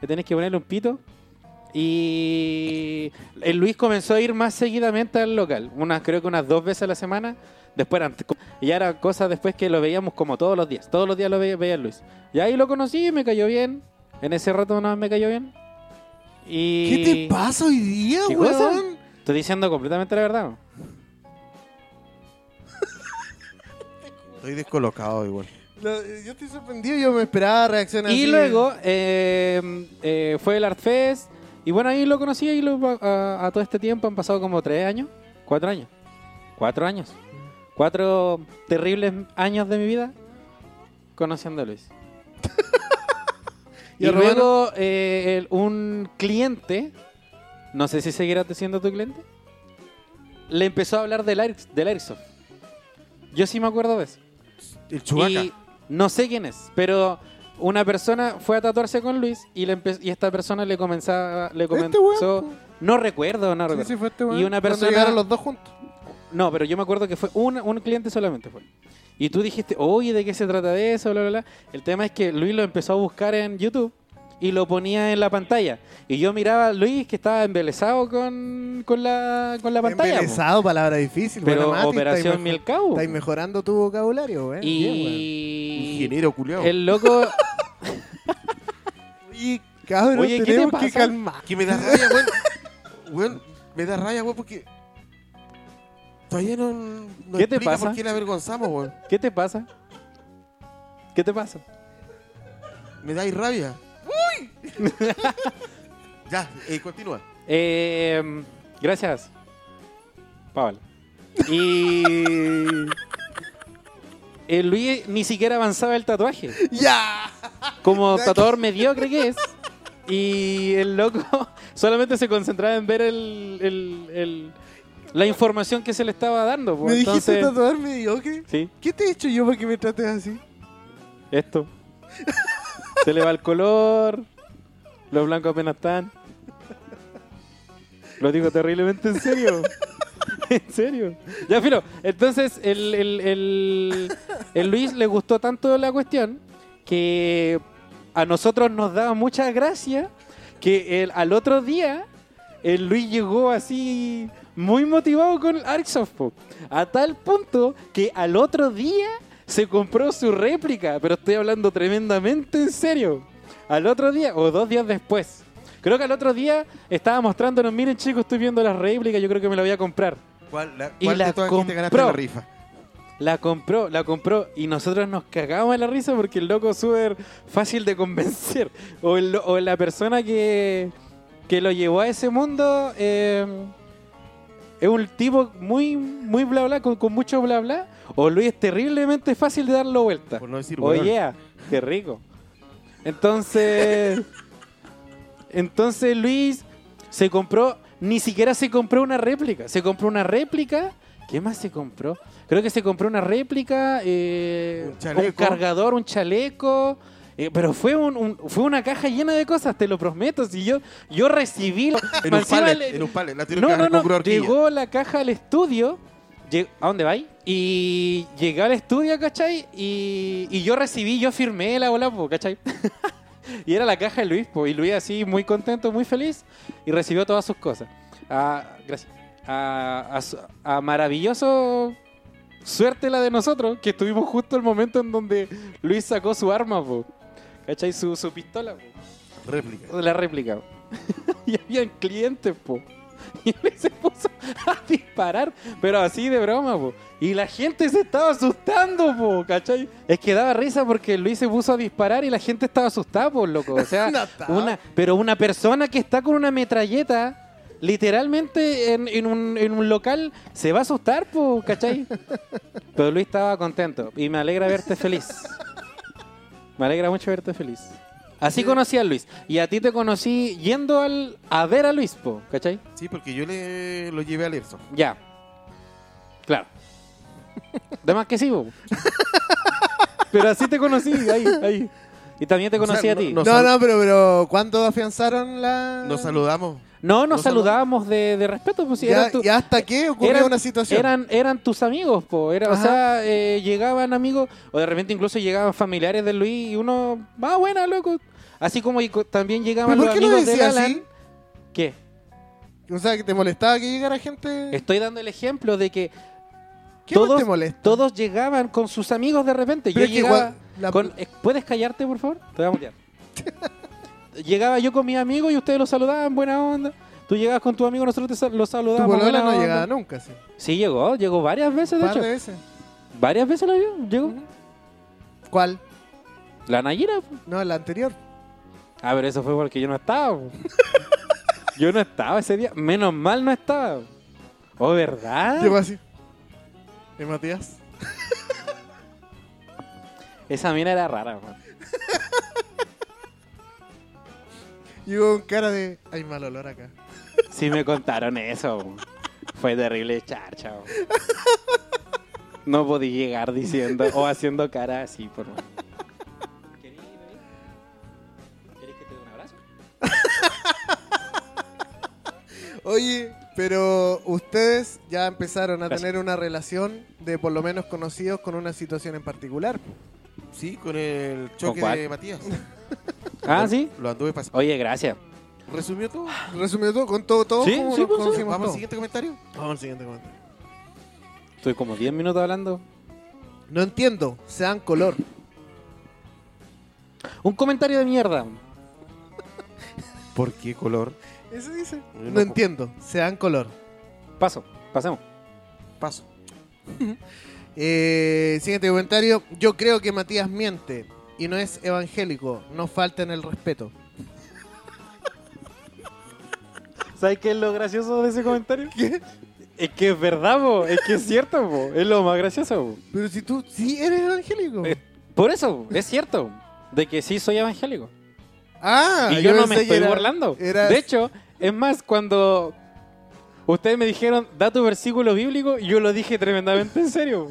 Speaker 4: Le tenés que ponerle un pito. Y el Luis comenzó a ir más seguidamente al local, unas creo que unas dos veces a la semana. Después antes, y era cosa después que lo veíamos como todos los días. Todos los días lo veía, veía a Luis. Y ahí lo conocí y me cayó bien. En ese rato no me cayó bien.
Speaker 2: ¿Qué
Speaker 4: Y...
Speaker 2: te pasa hoy día,
Speaker 4: ¿Qué cosa?
Speaker 2: weón?
Speaker 4: Estoy diciendo completamente la verdad.
Speaker 3: Estoy descolocado igual.
Speaker 2: Lo- yo estoy sorprendido, yo me esperaba reacciones
Speaker 4: Y
Speaker 2: así.
Speaker 4: luego eh, eh, fue el Art Fest. Y bueno, ahí lo conocí y lo, a, a todo este tiempo han pasado como tres años, cuatro años. Cuatro años. Cuatro terribles años de mi vida conociendo a Luis.
Speaker 2: ¿Y
Speaker 4: y
Speaker 2: a Romano?
Speaker 4: luego eh, el- un cliente, no sé si seguirá siendo tu cliente, le empezó a hablar del, Air- del Airsoft. Yo sí me acuerdo de eso.
Speaker 3: El chubaca.
Speaker 4: Y no sé quién es, pero una persona fue a tatuarse con Luis y, le empe- y esta persona le comenzaba, le
Speaker 2: Este
Speaker 4: comenzó.
Speaker 2: weón, po.
Speaker 4: no recuerdo, no recuerdo.
Speaker 2: Sí, sí, fue este weón.
Speaker 4: Y una
Speaker 2: Cuando
Speaker 4: persona-
Speaker 2: llegaron los dos juntos.
Speaker 4: No, pero yo me acuerdo que fue un, un cliente solamente fue. Y tú dijiste, oye, ¿de qué se trata de eso? Bla, bla, bla. El tema es que Luis lo empezó a buscar en YouTube y lo ponía en la pantalla. Y yo miraba a Luis que estaba embelesado con, con la, con la pantalla. po.
Speaker 2: Embelesado, palabra difícil.
Speaker 4: Pero
Speaker 2: buena, Mati,
Speaker 4: Operación
Speaker 2: estáis mejor-
Speaker 4: Milcao.
Speaker 2: Estáis mejorando tu vocabulario, weón. Bien, weón.
Speaker 4: Y
Speaker 3: Ingeniero culiao.
Speaker 4: el loco
Speaker 2: Oye, cabrón,
Speaker 4: Oye, ¿qué te
Speaker 2: tenemos que
Speaker 4: pasa?
Speaker 2: calmar.
Speaker 3: Que me da raya, weón. Weón, me da raya, weón, porque. Todavía no. no
Speaker 4: ¿Qué te
Speaker 3: explica
Speaker 4: pasa?
Speaker 3: ¿Por qué la avergonzamos, weón?
Speaker 4: ¿Qué te pasa? ¿Qué te pasa?
Speaker 3: Me da rabia. ¡Uy! ya, eh, continúa.
Speaker 4: Eh, gracias, Pavel. Y. El Luis ni siquiera avanzaba el tatuaje.
Speaker 2: ¡Ya!
Speaker 4: Como tatuador mediocre que es. Y el loco solamente se concentraba en ver el, el- el- la información que se le estaba dando. po.
Speaker 2: ¿Me dijiste
Speaker 4: Entonces,
Speaker 2: tatuar mediocre?
Speaker 4: sí,
Speaker 2: ¿Qué te he hecho yo para que me trates así?
Speaker 4: esto. Se le va el color. Los blancos apenas están. Lo digo terriblemente en serio. En serio. Ya, filo. Entonces, el, el- el- el Luis le gustó tanto la cuestión que a nosotros nos daba mucha gracia que el- al otro día el Luis llegó así muy motivado con el Arksoft. po. A tal punto que al otro día se compró su réplica, pero estoy hablando tremendamente en serio. Al otro día, o dos días después. Creo que al otro día estaba mostrándonos, miren chicos, estoy viendo las réplicas, yo creo que me la voy a comprar.
Speaker 3: ¿Cuál, la,
Speaker 4: Y
Speaker 3: cuál de
Speaker 4: la
Speaker 3: todas que te ganaste
Speaker 4: compró.
Speaker 3: la rifa?
Speaker 4: La compró, la compró y nosotros nos cagamos en la risa porque el loco es súper fácil de convencer. O, el lo- o la persona que, que lo llevó a ese mundo eh, es un tipo muy, muy bla bla, con, con mucho bla bla. O Luis es terriblemente fácil de darlo vuelta.
Speaker 3: Por no decir
Speaker 4: Oye,
Speaker 3: weón.
Speaker 4: qué rico. Entonces, entonces Luis se compró, ni siquiera se compró una réplica, se compró una réplica. ¿Qué más se compró? Creo que se compró una réplica, eh,
Speaker 3: Un
Speaker 4: un,
Speaker 3: chaleco.
Speaker 4: cargador, un chaleco. eh, pero fue un, un- fue una caja llena de cosas, te lo prometo. Si yo, yo recibí.
Speaker 3: En un
Speaker 4: Encima
Speaker 3: palet,
Speaker 4: le-
Speaker 3: en un palet. La tiro
Speaker 4: no,
Speaker 3: que
Speaker 4: no,
Speaker 3: con
Speaker 4: no.
Speaker 3: cruda horquilla.
Speaker 4: Llegó la caja al estudio. lle- ¿A dónde vais? Y llegué al estudio, ¿cachai? Y, y yo recibí, yo firmé la bola, po, ¿cachai? y era la caja de Luis, po, y Luis así, muy contento, muy feliz, y recibió todas sus cosas. Ah, gracias. A, a su- a maravilloso suerte la de nosotros, que estuvimos justo el momento en donde Luis sacó su arma, po, ¿cachai? Su, su pistola, po
Speaker 3: Réplica.
Speaker 4: de la réplica. y habían clientes, po. Y él se puso a disparar, pero así de broma, po. Y la gente se estaba asustando, po, ¿cachai? Es que daba risa porque Luis se puso a disparar y la gente estaba asustada, po, loco. O sea,
Speaker 2: No estaba.
Speaker 4: una, pero una persona que está con una metralleta, literalmente en, en un, en un local, se va a asustar, po, ¿cachai? Pero Luis estaba contento y me alegra verte feliz. Me alegra mucho verte feliz. Así conocí a Luis. Y a ti te conocí yendo al, a ver a Luis, po, ¿cachai?
Speaker 3: Sí, porque yo le lo llevé al Erso.
Speaker 4: Ya. Claro. De más que sí, po. Pero así te conocí, ahí, ahí. Y también te
Speaker 3: O sea,
Speaker 4: conocí a ti.
Speaker 3: Nos
Speaker 2: No,
Speaker 3: sal-
Speaker 2: no, pero, pero ¿cuándo afianzaron la...?
Speaker 3: Nos saludamos.
Speaker 4: No, nos
Speaker 3: ¿No
Speaker 4: saludábamos de, de respeto, pues si
Speaker 2: ¿Ya,
Speaker 4: eran tu-
Speaker 2: ¿Y hasta qué ocurrió
Speaker 4: eran-
Speaker 2: una situación?
Speaker 4: Eran, eran tus amigos, po. Era, o
Speaker 2: Ajá.
Speaker 4: sea, eh, llegaban amigos, o de repente incluso llegaban familiares de Luis y uno, va buena, loco. Así como y co- también llegaban
Speaker 2: ¿Pero por
Speaker 4: los
Speaker 2: qué lo
Speaker 4: amigos de
Speaker 2: decía
Speaker 4: Alan.
Speaker 2: así?
Speaker 4: ¿Qué?
Speaker 2: O sea, que te molestaba que llegara gente...
Speaker 4: Estoy dando el ejemplo de que
Speaker 2: ¿Qué más
Speaker 4: todos-
Speaker 2: te molesta?
Speaker 4: todos llegaban con sus amigos de repente.
Speaker 2: Pero
Speaker 4: Yo
Speaker 2: es que
Speaker 4: llegaba
Speaker 2: igual la-
Speaker 4: con- eh, ¿Puedes callarte, por favor? Te voy a mutear. llegaba yo con mis amigos y ustedes los saludaban, buena onda. Tú llegabas con tu amigo, nosotros te sal- los
Speaker 2: Tu
Speaker 4: saludábamos.
Speaker 2: polola
Speaker 4: buena
Speaker 2: no
Speaker 4: onda.
Speaker 2: llegaba nunca, sí.
Speaker 4: Sí, llegó, llegó varias veces, de
Speaker 2: Par
Speaker 4: hecho.
Speaker 2: de veces.
Speaker 4: Varias veces la vio, llegó.
Speaker 2: ¿Cuál?
Speaker 4: La Nayira.
Speaker 2: No, la anterior.
Speaker 4: Ah, pero eso fue porque yo no estaba. po. yo no estaba ese día. Menos mal no estaba. Oh, ¿verdad?
Speaker 2: Llegó así. ¿Y Matías?
Speaker 4: Esa mina era rara, man.
Speaker 2: Llegó con cara de. Hay mal olor acá.
Speaker 4: Sí me contaron eso. po. Fue terrible charcha. po. No podía llegar diciendo o haciendo cara así, por favor. ¿Querés que te dé un abrazo?
Speaker 2: Oye, pero ustedes ya empezaron a
Speaker 4: Gracias.
Speaker 2: tener una relación de por lo menos conocidos con una situación en particular.
Speaker 3: Sí, con el choque
Speaker 4: cuál?
Speaker 3: de Matías.
Speaker 4: Ah, sí.
Speaker 3: Lo anduve pasando.
Speaker 4: Oye, gracias.
Speaker 3: ¿Resumió todo?
Speaker 2: Resumido todo, con todo, todo.
Speaker 4: Sí,
Speaker 2: ¿cómo
Speaker 4: sí,
Speaker 2: nos
Speaker 4: pues, sí.
Speaker 2: conocimos
Speaker 3: ¿Vamos al
Speaker 2: todos?
Speaker 3: siguiente comentario?
Speaker 2: Vamos al siguiente comentario.
Speaker 4: Estoy como 10 minutos hablando.
Speaker 2: No entiendo, sean color.
Speaker 4: Un comentario de mierda.
Speaker 3: ¿Por qué color? Eh,
Speaker 2: Eso dice. No,
Speaker 3: No po-
Speaker 2: entiendo, sean color.
Speaker 4: Paso, pasemos.
Speaker 3: Paso.
Speaker 2: Eh, siguiente comentario. Yo creo que Matías miente y no es evangélico. No falta en el respeto.
Speaker 4: ¿Sabes qué es lo gracioso de ese comentario? Es que es verdad, po. es que es cierto, po. es lo más gracioso. po.
Speaker 2: Pero si tú sí eres evangélico.
Speaker 4: Eh, Por eso, es cierto, de que sí soy evangélico.
Speaker 2: ah,
Speaker 4: y yo, no me
Speaker 2: pensé que
Speaker 4: estoy
Speaker 2: era-
Speaker 4: burlando.
Speaker 2: eras-
Speaker 4: De hecho, es más, cuando ustedes me dijeron, da tu versículo bíblico, yo lo dije tremendamente en serio.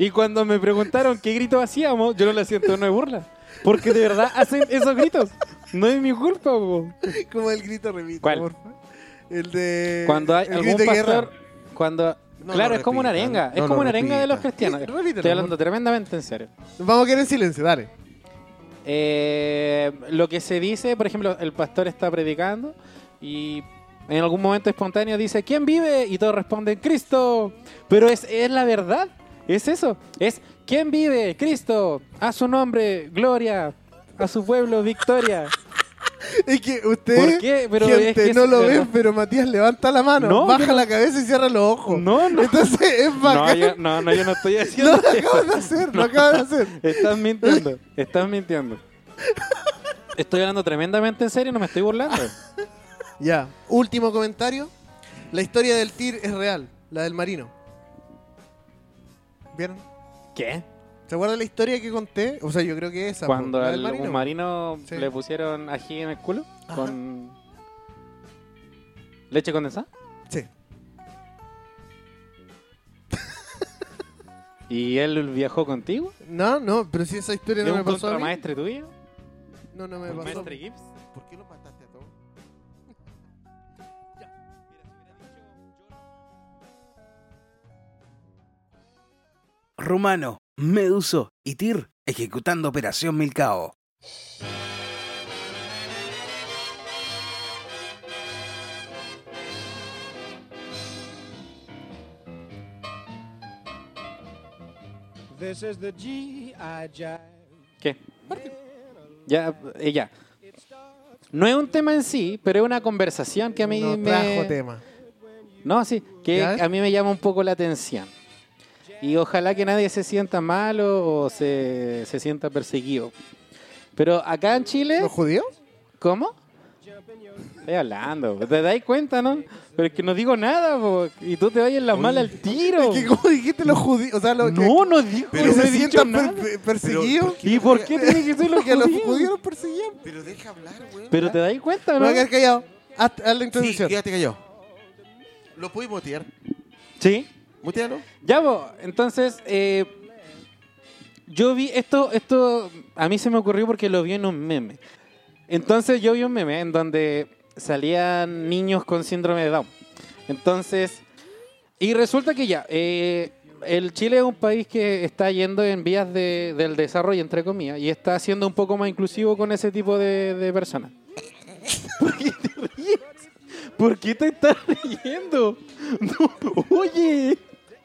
Speaker 4: y cuando me preguntaron qué grito hacíamos, yo no lo hacía en tono de burla. Porque de verdad hacen esos gritos. No es mi culpa, po.
Speaker 2: como el grito remito,
Speaker 4: ¿Cuál?
Speaker 2: porfa. El de.
Speaker 4: Cuando hay
Speaker 2: el
Speaker 4: algún
Speaker 2: grito de guerra.
Speaker 4: pastor... Cuando...
Speaker 3: No
Speaker 4: claro,
Speaker 3: lo
Speaker 4: es como una
Speaker 3: repitan,
Speaker 4: arenga.
Speaker 3: no
Speaker 4: es como
Speaker 3: lo
Speaker 4: una arenga de los
Speaker 3: repitan.
Speaker 4: cristianos.
Speaker 2: Sí, repítelo,
Speaker 4: Estoy hablando tremendamente en serio.
Speaker 2: Vamos a quedar en silencio, dale.
Speaker 4: Eh, lo que se dice, por ejemplo, el pastor está predicando y en algún momento espontáneo dice, ¿quién vive? Y todos responden, Cristo. Pero es, es la verdad, es eso, es ¿quién vive? Cristo, a su nombre, gloria, a su pueblo, victoria.
Speaker 2: Es que usted.
Speaker 4: ¿Por qué? Pero
Speaker 2: gente,
Speaker 4: es que es
Speaker 2: no lo
Speaker 4: verdad.
Speaker 2: ven, pero Matías levanta la mano,
Speaker 4: No,
Speaker 2: baja
Speaker 4: yo no-
Speaker 2: la cabeza y cierra los ojos.
Speaker 4: No, no,
Speaker 2: Entonces Oh. es
Speaker 4: no,
Speaker 2: bacán.
Speaker 4: yo no, no, yo no estoy
Speaker 2: Lo
Speaker 4: haciendo
Speaker 2: acabas de hacer, lo acabas de hacer.
Speaker 4: Estás mintiendo, estás mintiendo. Estoy hablando tremendamente en serio, no me estoy burlando.
Speaker 2: Ya, último comentario. La historia del TIR es real, la del marino. ¿Vieron?
Speaker 4: ¿Qué?
Speaker 2: ¿Se acuerdan la historia que conté? O sea, yo creo que esa. po,
Speaker 4: Cuando
Speaker 2: la
Speaker 4: al
Speaker 2: del
Speaker 4: marino,
Speaker 2: marino.
Speaker 4: marino
Speaker 2: Sí.
Speaker 4: le pusieron ají en el culo
Speaker 2: Ajá.
Speaker 4: con leche condensada
Speaker 2: Sí.
Speaker 4: y él viajó contigo.
Speaker 2: No, no, pero si esa historia
Speaker 4: ¿De
Speaker 2: no me
Speaker 4: un
Speaker 2: pasó. A mí.
Speaker 4: contramaestre tuyo?
Speaker 2: No, no me
Speaker 4: ¿Un
Speaker 2: pasó.
Speaker 4: maestre Gibbs?
Speaker 3: ¿Por qué lo mataste a todos?
Speaker 1: Rumano, Meduso y Tir ejecutando Operación Milcao.
Speaker 5: This is the G.I. Jive.
Speaker 4: ¿Qué? Ya, eh, ya. No es un tema en sí, pero es una conversación que a mí
Speaker 2: No
Speaker 4: me...
Speaker 2: trajo tema.
Speaker 4: No, sí, que
Speaker 2: ¿Ya?
Speaker 4: a mí me llama un poco la atención. Y ojalá que nadie se sienta malo o se, se sienta perseguido. Pero acá en Chile...
Speaker 2: ¿Los judíos?
Speaker 4: ¿Cómo? Estoy hablando, po. te dais cuenta, ¿no? Pero es que no digo nada, po, y tú te vayas la mala al tiro.
Speaker 2: ¿Qué, ¿Cómo dijiste los judíos? O sea, los que,
Speaker 4: No, no digo,
Speaker 2: que
Speaker 4: no
Speaker 2: se
Speaker 4: he dicho
Speaker 2: sientan per-
Speaker 4: nada.
Speaker 2: per- perseguidos.
Speaker 4: ¿Y por qué tiene que ser los
Speaker 2: Porque a los
Speaker 4: judíos?
Speaker 2: judíos los perseguían.
Speaker 3: Pero deja hablar, güey.
Speaker 4: Pero te dais cuenta,
Speaker 2: Me voy
Speaker 4: ¿no?
Speaker 2: a quedar callado. Haz, haz la
Speaker 3: Sí,
Speaker 2: introducción.
Speaker 3: quédate callado. ¿Lo puedes mutear?
Speaker 4: Sí.
Speaker 3: ¿Mutealo?
Speaker 4: Ya, po, entonces, eh, yo vi esto, esto a mí se me ocurrió porque lo vi en un meme. Entonces yo vi un meme en donde salían niños con síndrome de Down. Entonces, y resulta que ya, eh, el Chile es un país que está yendo en vías de- del desarrollo, entre comillas, y está siendo un poco más inclusivo con ese tipo de, de personas. ¿Por qué te ríes? ¿Por qué te estás riendo? No, oye,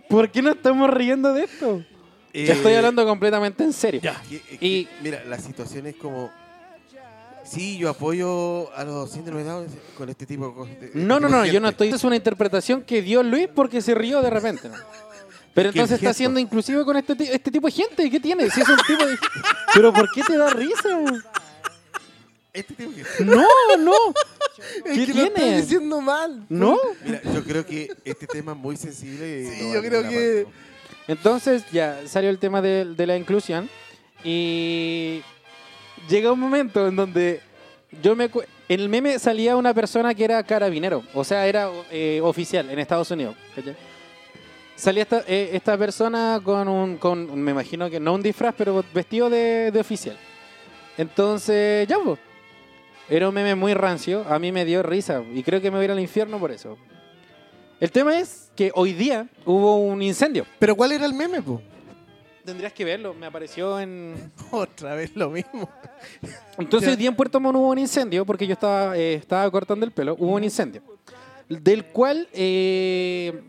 Speaker 4: ¿por qué no estamos riendo de esto? Te
Speaker 3: Eh,
Speaker 4: Estoy hablando completamente en serio.
Speaker 3: que- que-
Speaker 4: Y-
Speaker 3: Mira, la situación es como Sí, yo apoyo a los síndromes de Down con este tipo de cosas.
Speaker 4: No, no, no, yo
Speaker 3: Gente.
Speaker 4: no estoy. Es una interpretación que dio Luis porque se rió de repente. ¿no? Pero
Speaker 3: Que el
Speaker 4: entonces está
Speaker 3: gesto.
Speaker 4: siendo inclusivo con este, ti- este tipo de gente. ¿Qué tiene? Si es un tipo de... ¿Pero por qué te da risa? güey?
Speaker 3: Este tipo de-
Speaker 4: No, no. ¿Qué
Speaker 2: Es que lo estoy
Speaker 4: tiene?
Speaker 2: diciendo mal.
Speaker 4: No.
Speaker 3: Mira, yo creo que este tema es muy sensible. y
Speaker 2: Sí,
Speaker 3: no va
Speaker 2: yo
Speaker 3: a
Speaker 2: creo
Speaker 3: ninguna
Speaker 2: que-
Speaker 3: parte,
Speaker 4: Entonces ya salió el tema de, de la inclusión y llega un momento en donde yo me... acu- En el meme salía una persona que era carabinero, o sea, era eh, oficial en Estados Unidos. ¿cachai? Salía esta, eh, esta persona con un, con, me imagino que no un disfraz, pero vestido de, de oficial. Entonces, ya, pues. Era un meme muy rancio, a mí me dio risa y creo que me voy a ir al infierno por eso. El tema es que hoy día hubo un incendio.
Speaker 2: Pero ¿cuál era el meme, po?
Speaker 4: Tendrías que verlo, me apareció en...
Speaker 2: Otra vez lo mismo.
Speaker 4: Entonces
Speaker 2: Ya.
Speaker 4: hoy día en Puerto Montt hubo un incendio, porque yo estaba, eh, estaba cortando el pelo, hubo un incendio, del cual eh,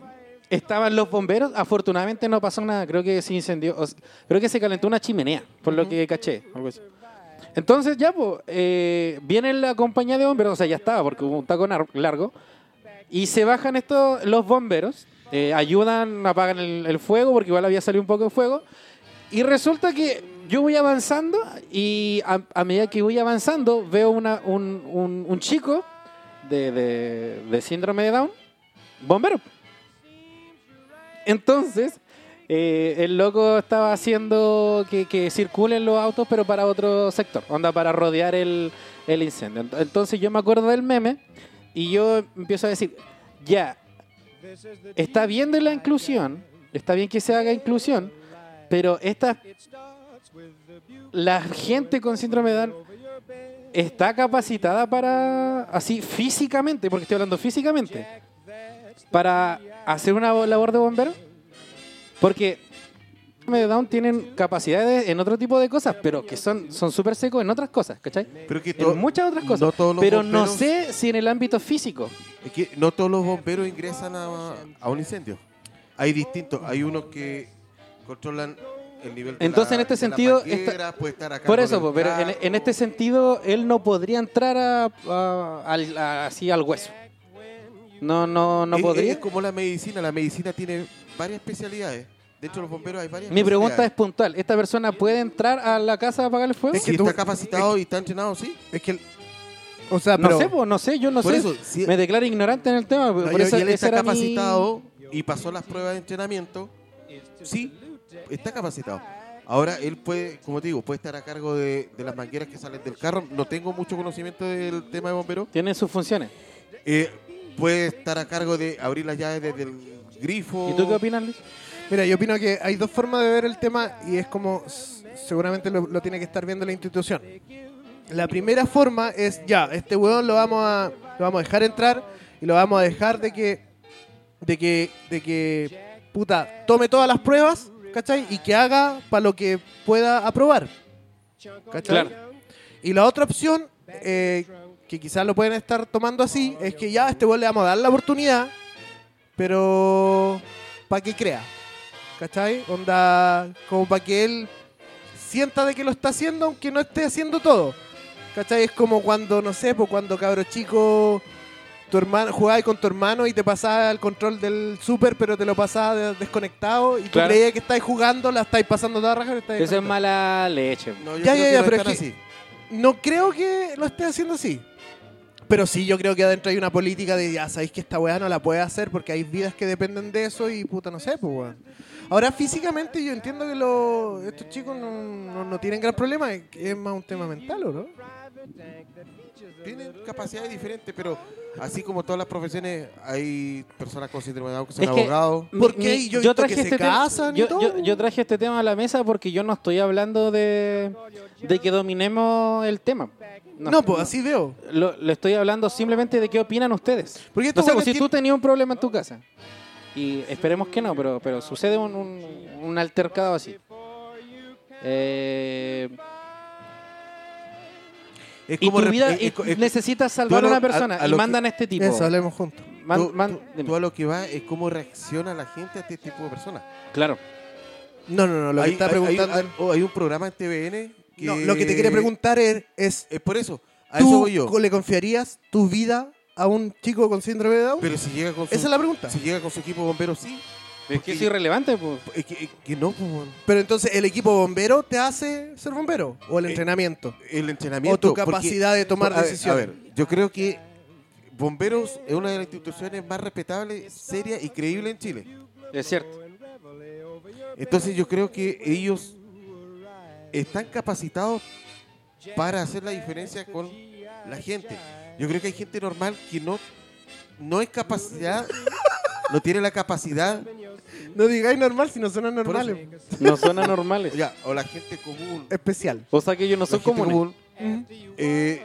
Speaker 4: estaban los bomberos, afortunadamente no pasó nada, creo que se incendió, o sea, creo que se calentó una chimenea, por lo que caché. algo así. Entonces ya, pues, eh, viene la compañía de bomberos, o sea, ya estaba, porque hubo un taco nar- largo, y se bajan estos, los bomberos, eh, ayudan, apagan el, el fuego, porque igual había salido un poco de fuego, y resulta que yo voy avanzando y a, a medida que voy avanzando veo una, un, un- un chico de, de- de síndrome de Down, bombero. Entonces, eh, el loco estaba haciendo que, que circulen los autos, pero para otro sector, onda para rodear el, el incendio. Ent- Entonces yo me acuerdo del meme y yo empiezo a decir, ya, está bien de la inclusión, está bien que se haga inclusión, pero estas la gente con síndrome de Down está capacitada para, así físicamente, porque estoy hablando físicamente, para hacer una labor de bombero? Porque síndrome de Down tienen capacidades en otro tipo de cosas, pero que son son súper secos en otras cosas, ¿cachai?
Speaker 3: Pero que to-
Speaker 4: En muchas otras
Speaker 3: no
Speaker 4: cosas.
Speaker 3: todos los
Speaker 4: pero no
Speaker 3: bomberos-
Speaker 4: sé si en el ámbito físico.
Speaker 3: Es que no todos los bomberos ingresan a, a un incendio. Hay distintos. Hay unos que controlan el nivel de
Speaker 4: Entonces,
Speaker 3: la-
Speaker 4: en este
Speaker 3: de la
Speaker 4: sentido, esta-
Speaker 3: manguera, puede estar a
Speaker 4: Por
Speaker 3: cargo
Speaker 4: eso,
Speaker 3: del
Speaker 4: po, pero en,
Speaker 3: trapo.
Speaker 4: en este sentido, él no podría entrar a- a- al, a- así al hueso. No, no, no
Speaker 3: Es-
Speaker 4: podría.
Speaker 3: Es como la medicina. La medicina tiene varias especialidades. Dentro de los bomberos hay varias
Speaker 4: Mi pregunta es
Speaker 3: especialidades.
Speaker 4: puntual. ¿Esta persona puede entrar a la casa a apagar el fuego?
Speaker 2: es
Speaker 3: Si
Speaker 2: que tú-
Speaker 3: está capacitado y está entrenado, sí.
Speaker 2: Es que. el- O sea,
Speaker 4: no
Speaker 2: pero.
Speaker 4: sé, po, no sé, yo no
Speaker 3: Por
Speaker 4: sé.
Speaker 3: eso, si-
Speaker 4: Me declaro ignorante en el tema.
Speaker 3: No,
Speaker 4: por
Speaker 3: y-
Speaker 4: eso,
Speaker 3: y él
Speaker 4: ese
Speaker 3: está
Speaker 4: era mi-
Speaker 3: capacitado y pasó las pruebas de entrenamiento. Sí, está capacitado. Ahora él puede, como te digo, puede estar a cargo de, de las mangueras que salen del carro. No tengo mucho conocimiento del tema de bomberos.
Speaker 4: Tiene sus funciones.
Speaker 3: Eh, puede estar a cargo de abrir las llaves desde el grifo.
Speaker 4: ¿Y tú qué opinas, Luis?
Speaker 2: Mira, yo opino que hay dos formas de ver el tema y es como s- seguramente lo, lo tiene que estar viendo la institución. La primera forma es ya, este huevón lo vamos a lo vamos a dejar entrar y lo vamos a dejar de que de que de que puta tome todas las pruebas, ¿cachai? Y que haga para lo que pueda aprobar. ¿Cachai? Y la otra opción, eh, que quizás lo pueden estar tomando así, es que ya a este weón le vamos a dar la oportunidad, pero para que crea. ¿Cachai? Onda, como para que él sienta de que lo está haciendo, aunque no esté haciendo todo. ¿Cachai? Es como cuando, no sé, pues cuando cabro chico, tu hermano, jugabas con tu hermano y te pasaba el control del super, pero te lo pasaba de- desconectado y tú
Speaker 4: Claro.
Speaker 2: creías que estáis jugando, la estáis pasando toda raja, pero estáis
Speaker 4: Eso es
Speaker 2: desconectado.
Speaker 4: mala leche. po.
Speaker 3: No, yo
Speaker 2: Ya,
Speaker 3: creo
Speaker 2: ya,
Speaker 3: que
Speaker 2: ya,
Speaker 3: no
Speaker 2: pero
Speaker 3: están
Speaker 2: es que-
Speaker 3: así.
Speaker 2: No creo que lo esté haciendo así. Pero sí, yo creo que adentro hay una política de ya sabéis que esta weá no la puede hacer porque hay vidas que dependen de eso y puta, no sé, pues weón. Ahora, físicamente, yo entiendo que lo- estos chicos no, no- no tienen gran problema, es- es más un tema mental, ¿o no?
Speaker 3: Tienen capacidades diferentes, pero así como todas las profesiones, hay personas con síndrome de Down que son
Speaker 4: Es que-
Speaker 3: abogados.
Speaker 2: Porque
Speaker 4: Mi- mi-
Speaker 2: yo he visto que se
Speaker 4: tema-
Speaker 2: casan y
Speaker 4: yo,
Speaker 2: todo.
Speaker 4: yo- yo traje este tema a la mesa porque yo no estoy hablando de, de que dominemos el tema.
Speaker 2: No, pues así veo.
Speaker 4: Lo, lo estoy hablando simplemente de qué opinan ustedes.
Speaker 2: Porque
Speaker 4: No
Speaker 2: estos
Speaker 4: sé, pues,
Speaker 2: weones
Speaker 4: si tú
Speaker 2: tienen-
Speaker 4: tenías un problema en tu casa, y esperemos que no, pero, pero sucede un, un, un altercado así. Eh,
Speaker 3: Es
Speaker 4: y tu
Speaker 3: rep-
Speaker 4: vida
Speaker 3: es-
Speaker 4: y
Speaker 3: es co- es-
Speaker 4: necesitas salvar a
Speaker 3: lo-
Speaker 4: una
Speaker 3: a-
Speaker 4: persona
Speaker 3: a
Speaker 4: y
Speaker 3: lo que-
Speaker 4: mandan a este tipo.
Speaker 2: Eso, hablemos juntos.
Speaker 4: Man-
Speaker 3: tú-
Speaker 4: man-
Speaker 3: tú-
Speaker 4: dime.
Speaker 3: tú a lo que va es cómo reacciona la gente a este tipo de personas.
Speaker 4: claro.
Speaker 2: No, no, no, lo que
Speaker 3: Hay-
Speaker 2: está
Speaker 3: hay-
Speaker 2: preguntando.
Speaker 3: hay- hay- o hay un programa en TVN que...
Speaker 2: No, lo que te quiere preguntar es, es
Speaker 3: Es por eso. A
Speaker 2: ¿Tú
Speaker 3: eso voy yo.
Speaker 2: co- le confiarías tu vida a un chico con síndrome de Down?
Speaker 3: Pero si llega con su,
Speaker 2: Esa es la pregunta.
Speaker 3: si llega con su equipo de bomberos, sí.
Speaker 4: Es que es irrelevante, pues.
Speaker 3: Es que, es que no, pues, bueno.
Speaker 2: Pero entonces, ¿el equipo bombero te hace ser bombero? ¿O el
Speaker 3: Eh,
Speaker 2: entrenamiento?
Speaker 3: el entrenamiento.
Speaker 2: ¿O tu
Speaker 3: porque-
Speaker 2: capacidad de tomar
Speaker 3: a ver,
Speaker 2: decisiones?
Speaker 3: A ver, yo creo que Bomberos es una de las instituciones más respetables, serias y creíbles en Chile.
Speaker 4: Es cierto.
Speaker 3: Entonces yo creo que ellos están capacitados para hacer la diferencia con la gente. Yo creo que hay gente normal que no, no es capacidad, no tiene la capacidad,
Speaker 2: No digáis normal si no suena normales.
Speaker 4: No suena normales.
Speaker 3: ya, o la gente común.
Speaker 2: Especial.
Speaker 4: O sea que ellos no son
Speaker 3: la gente
Speaker 4: comunes.
Speaker 3: común, eh,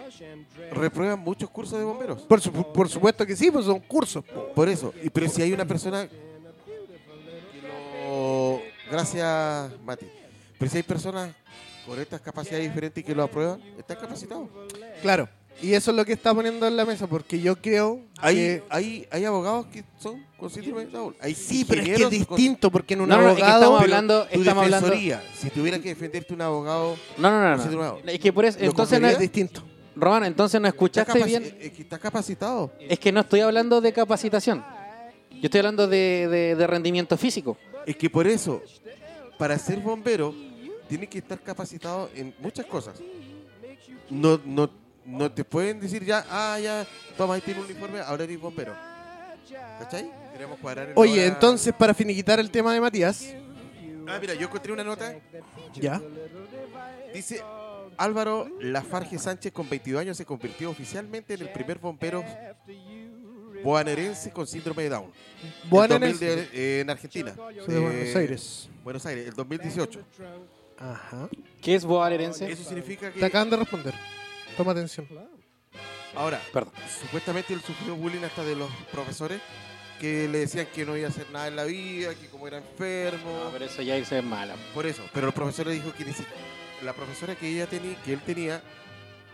Speaker 3: reprueban muchos cursos de bomberos.
Speaker 2: Por, su- por supuesto que sí, pues son cursos. po.
Speaker 3: Por eso, y- pero si hay una persona que lo... Gracias, Mati. Pero si hay personas con estas capacidades diferentes y que lo aprueban, están capacitados.
Speaker 2: Claro. Y eso es lo que está poniendo en la mesa, porque yo creo
Speaker 3: Hay,
Speaker 2: que...
Speaker 3: Eh, hay, hay abogados que son con síndrome de Down. Hay
Speaker 2: Sí, pero es que es
Speaker 3: ingenieros con-
Speaker 2: distinto, porque en un
Speaker 4: No, no, no, es que
Speaker 2: abogado...
Speaker 4: estamos
Speaker 3: pero
Speaker 4: hablando-
Speaker 3: tu
Speaker 4: estamos hablando-
Speaker 3: defensoría, Si tuviera que defenderte un abogado,
Speaker 4: No, no, no,
Speaker 3: Sí, de
Speaker 4: no.
Speaker 3: nuevo.
Speaker 4: Es que por eso.
Speaker 3: ¿Lo
Speaker 4: Entonces, no,
Speaker 2: es
Speaker 3: cogerías?
Speaker 2: distinto.
Speaker 4: Román, entonces no
Speaker 3: está,
Speaker 4: escuchaste
Speaker 3: capaci-
Speaker 4: bien.
Speaker 3: eh, que está capacitado.
Speaker 4: Es que no estoy hablando de capacitación. Yo estoy hablando de, de- de rendimiento físico.
Speaker 3: Es que por eso, para ser bombero, tiene que estar capacitado en muchas cosas. No, no, no te pueden decir ya, ah, ya, toma, ahí tiene un uniforme, ahora eres bombero. ¿Cachai? Queremos cuadrar en la
Speaker 2: Oye,
Speaker 3: hora-
Speaker 2: entonces, para finiquitar el tema de Matías,
Speaker 3: Ah, mira, yo encontré una nota.
Speaker 2: ya,
Speaker 3: Dice Álvaro Lafarge Sánchez, con 22 años, se convirtió oficialmente en el primer bombero bonaerense con síndrome de Down. El
Speaker 2: Buenas
Speaker 3: 2000
Speaker 2: noches.
Speaker 3: de- eh, en Argentina.
Speaker 2: Soy de Buenos
Speaker 3: Eh,
Speaker 2: Aires.
Speaker 3: Buenos Aires, el 2018.
Speaker 2: Ajá.
Speaker 4: ¿Qué es boarerense?
Speaker 3: Ah, Eso significa
Speaker 2: Te
Speaker 3: que
Speaker 2: acaban de responder. Toma atención.
Speaker 3: ahora,
Speaker 4: Perdón.
Speaker 3: supuestamente él sufrió bullying hasta de los profesores que le decían que no iba a hacer nada en la vida, que como era enfermo.
Speaker 4: No, Ah, pero eso ya irse es mala.
Speaker 3: Por eso, pero el profesor le dijo que ni si- la profesora que ella tenía, que él tenía,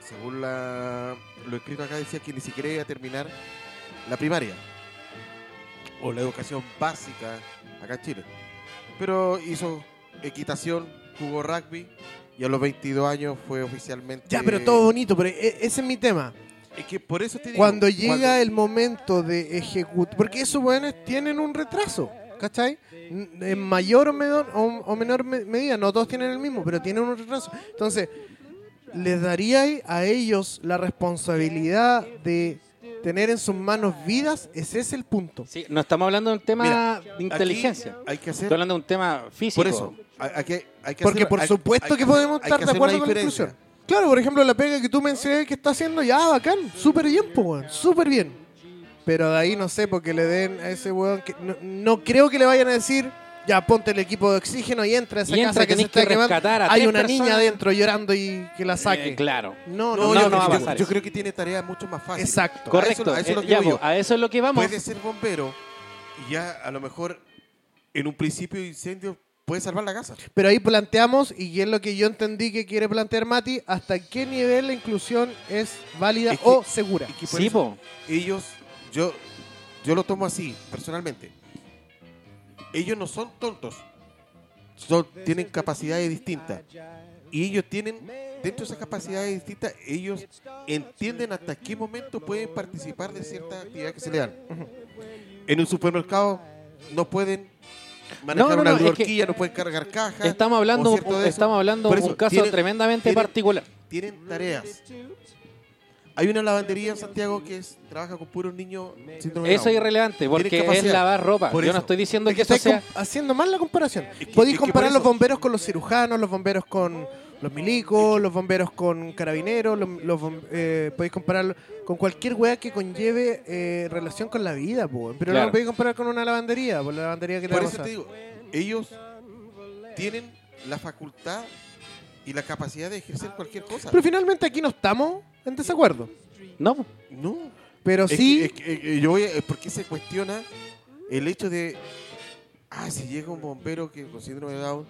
Speaker 3: según la, lo escrito acá decía que ni siquiera iba a terminar la primaria o la educación básica acá en Chile. Pero hizo equitación, jugó rugby y a los 22 años fue oficialmente
Speaker 2: Ya, pero todo bonito, pero e- ese es mi tema.
Speaker 3: es que por eso te digo,
Speaker 2: Cuando llega
Speaker 3: cuando-
Speaker 2: el momento de ejecutar, porque esos weones tienen un retraso, ¿cachai? N- En mayor o menor, o, o menor me- medida, no todos tienen el mismo, pero tienen un retraso. Entonces, ¿les daría a ellos la responsabilidad de tener en sus manos vidas? Ese es el punto.
Speaker 4: Sí, no estamos hablando de un tema
Speaker 3: Mira,
Speaker 4: de inteligencia.
Speaker 3: aquí hay que hacer
Speaker 4: Estoy hablando de un tema físico.
Speaker 3: por eso hay, hay que, hay que
Speaker 2: Porque
Speaker 3: hacer-
Speaker 2: por
Speaker 3: hay-
Speaker 2: supuesto
Speaker 3: hay
Speaker 2: que podemos
Speaker 3: hay
Speaker 2: estar
Speaker 3: que
Speaker 2: de
Speaker 3: hacer una
Speaker 2: acuerdo con la
Speaker 3: diferencia.
Speaker 2: inclusión. Claro, por ejemplo, la pega que tú mencioné que está haciendo, ya, bacán, súper bien, pues, weón, súper bien. Pero de ahí no sé, porque le den a ese weón que no, no creo que le vayan a decir, ya ponte el equipo de oxígeno y entra a esa
Speaker 4: Y entra,
Speaker 2: casa que se
Speaker 4: tenés
Speaker 2: está
Speaker 4: que
Speaker 2: quemando.
Speaker 4: rescatar a
Speaker 2: Hay
Speaker 4: tres
Speaker 2: una niña
Speaker 4: personas.
Speaker 2: adentro llorando y que la saque.
Speaker 4: Eh, claro.
Speaker 2: No,
Speaker 3: No,
Speaker 2: no,
Speaker 4: No,
Speaker 3: yo,
Speaker 4: no va a
Speaker 3: yo-
Speaker 4: pasar
Speaker 3: yo
Speaker 4: eso.
Speaker 3: creo que tiene tareas mucho más fáciles.
Speaker 2: Exacto.
Speaker 3: A eso-
Speaker 4: Correcto.
Speaker 3: a eso es lo
Speaker 4: Eh,
Speaker 3: que
Speaker 4: ya,
Speaker 3: voy
Speaker 4: pues,
Speaker 3: yo.
Speaker 4: a eso es lo que vamos.
Speaker 3: Puede ser bombero y ya a lo mejor en un principio de incendio puede salvar la casa.
Speaker 2: Pero ahí planteamos, y es lo que yo entendí que quiere plantear Mati, hasta qué nivel la inclusión es válida
Speaker 3: Es que-
Speaker 2: o segura.
Speaker 3: Y que por
Speaker 4: Sí,
Speaker 3: eso
Speaker 4: po.
Speaker 3: ellos, yo, yo lo tomo así, personalmente. Ellos no son tontos. Son- tienen capacidades distintas. Y ellos tienen, dentro de esas capacidades distintas, ellos entienden hasta qué momento pueden participar de ciertas actividades que se le dan. En un supermercado no pueden manejar
Speaker 4: no,
Speaker 3: una
Speaker 4: no, es que
Speaker 3: horquilla, no pueden cargar cajas.
Speaker 4: Estamos hablando,
Speaker 3: o cierto de eso.
Speaker 4: estamos hablando
Speaker 3: Por
Speaker 4: de un
Speaker 3: eso,
Speaker 4: caso
Speaker 3: tienen-
Speaker 4: tremendamente
Speaker 3: tienen-
Speaker 4: particular.
Speaker 3: tienen tareas. Hay una lavandería en Santiago que es- trabaja con puros niños síndrome de
Speaker 4: Eso es
Speaker 3: Down.
Speaker 4: irrelevante, porque es
Speaker 3: capacidad.
Speaker 4: lavar ropa.
Speaker 3: Por
Speaker 4: Yo
Speaker 3: eso.
Speaker 4: no estoy diciendo
Speaker 2: Es
Speaker 4: que
Speaker 2: que
Speaker 4: eso
Speaker 2: estáis
Speaker 4: sea.
Speaker 2: com- haciendo mal la comparación.
Speaker 3: Es que- es
Speaker 2: Podéis
Speaker 3: que por
Speaker 2: comparar los
Speaker 3: eso-
Speaker 2: bomberos con los cirujanos, los bomberos con los milicos, los bomberos con carabineros, los, los bom- eh, podéis compararlo con cualquier weá que conlleve eh, relación con la vida, po, pero no
Speaker 4: Claro.
Speaker 2: lo podéis comparar con una lavandería, por la lavandería que te
Speaker 3: Por
Speaker 2: va a
Speaker 3: eso
Speaker 2: pasar.
Speaker 3: te digo, ellos tienen la facultad y la capacidad de ejercer cualquier cosa.
Speaker 2: Pero finalmente aquí no estamos en desacuerdo,
Speaker 4: No, po.
Speaker 3: No.
Speaker 2: pero
Speaker 3: Es que-
Speaker 2: sí
Speaker 3: es que- eh, yo voy a- es porque se cuestiona el hecho de, ah, si llega un bombero que con síndrome de Down,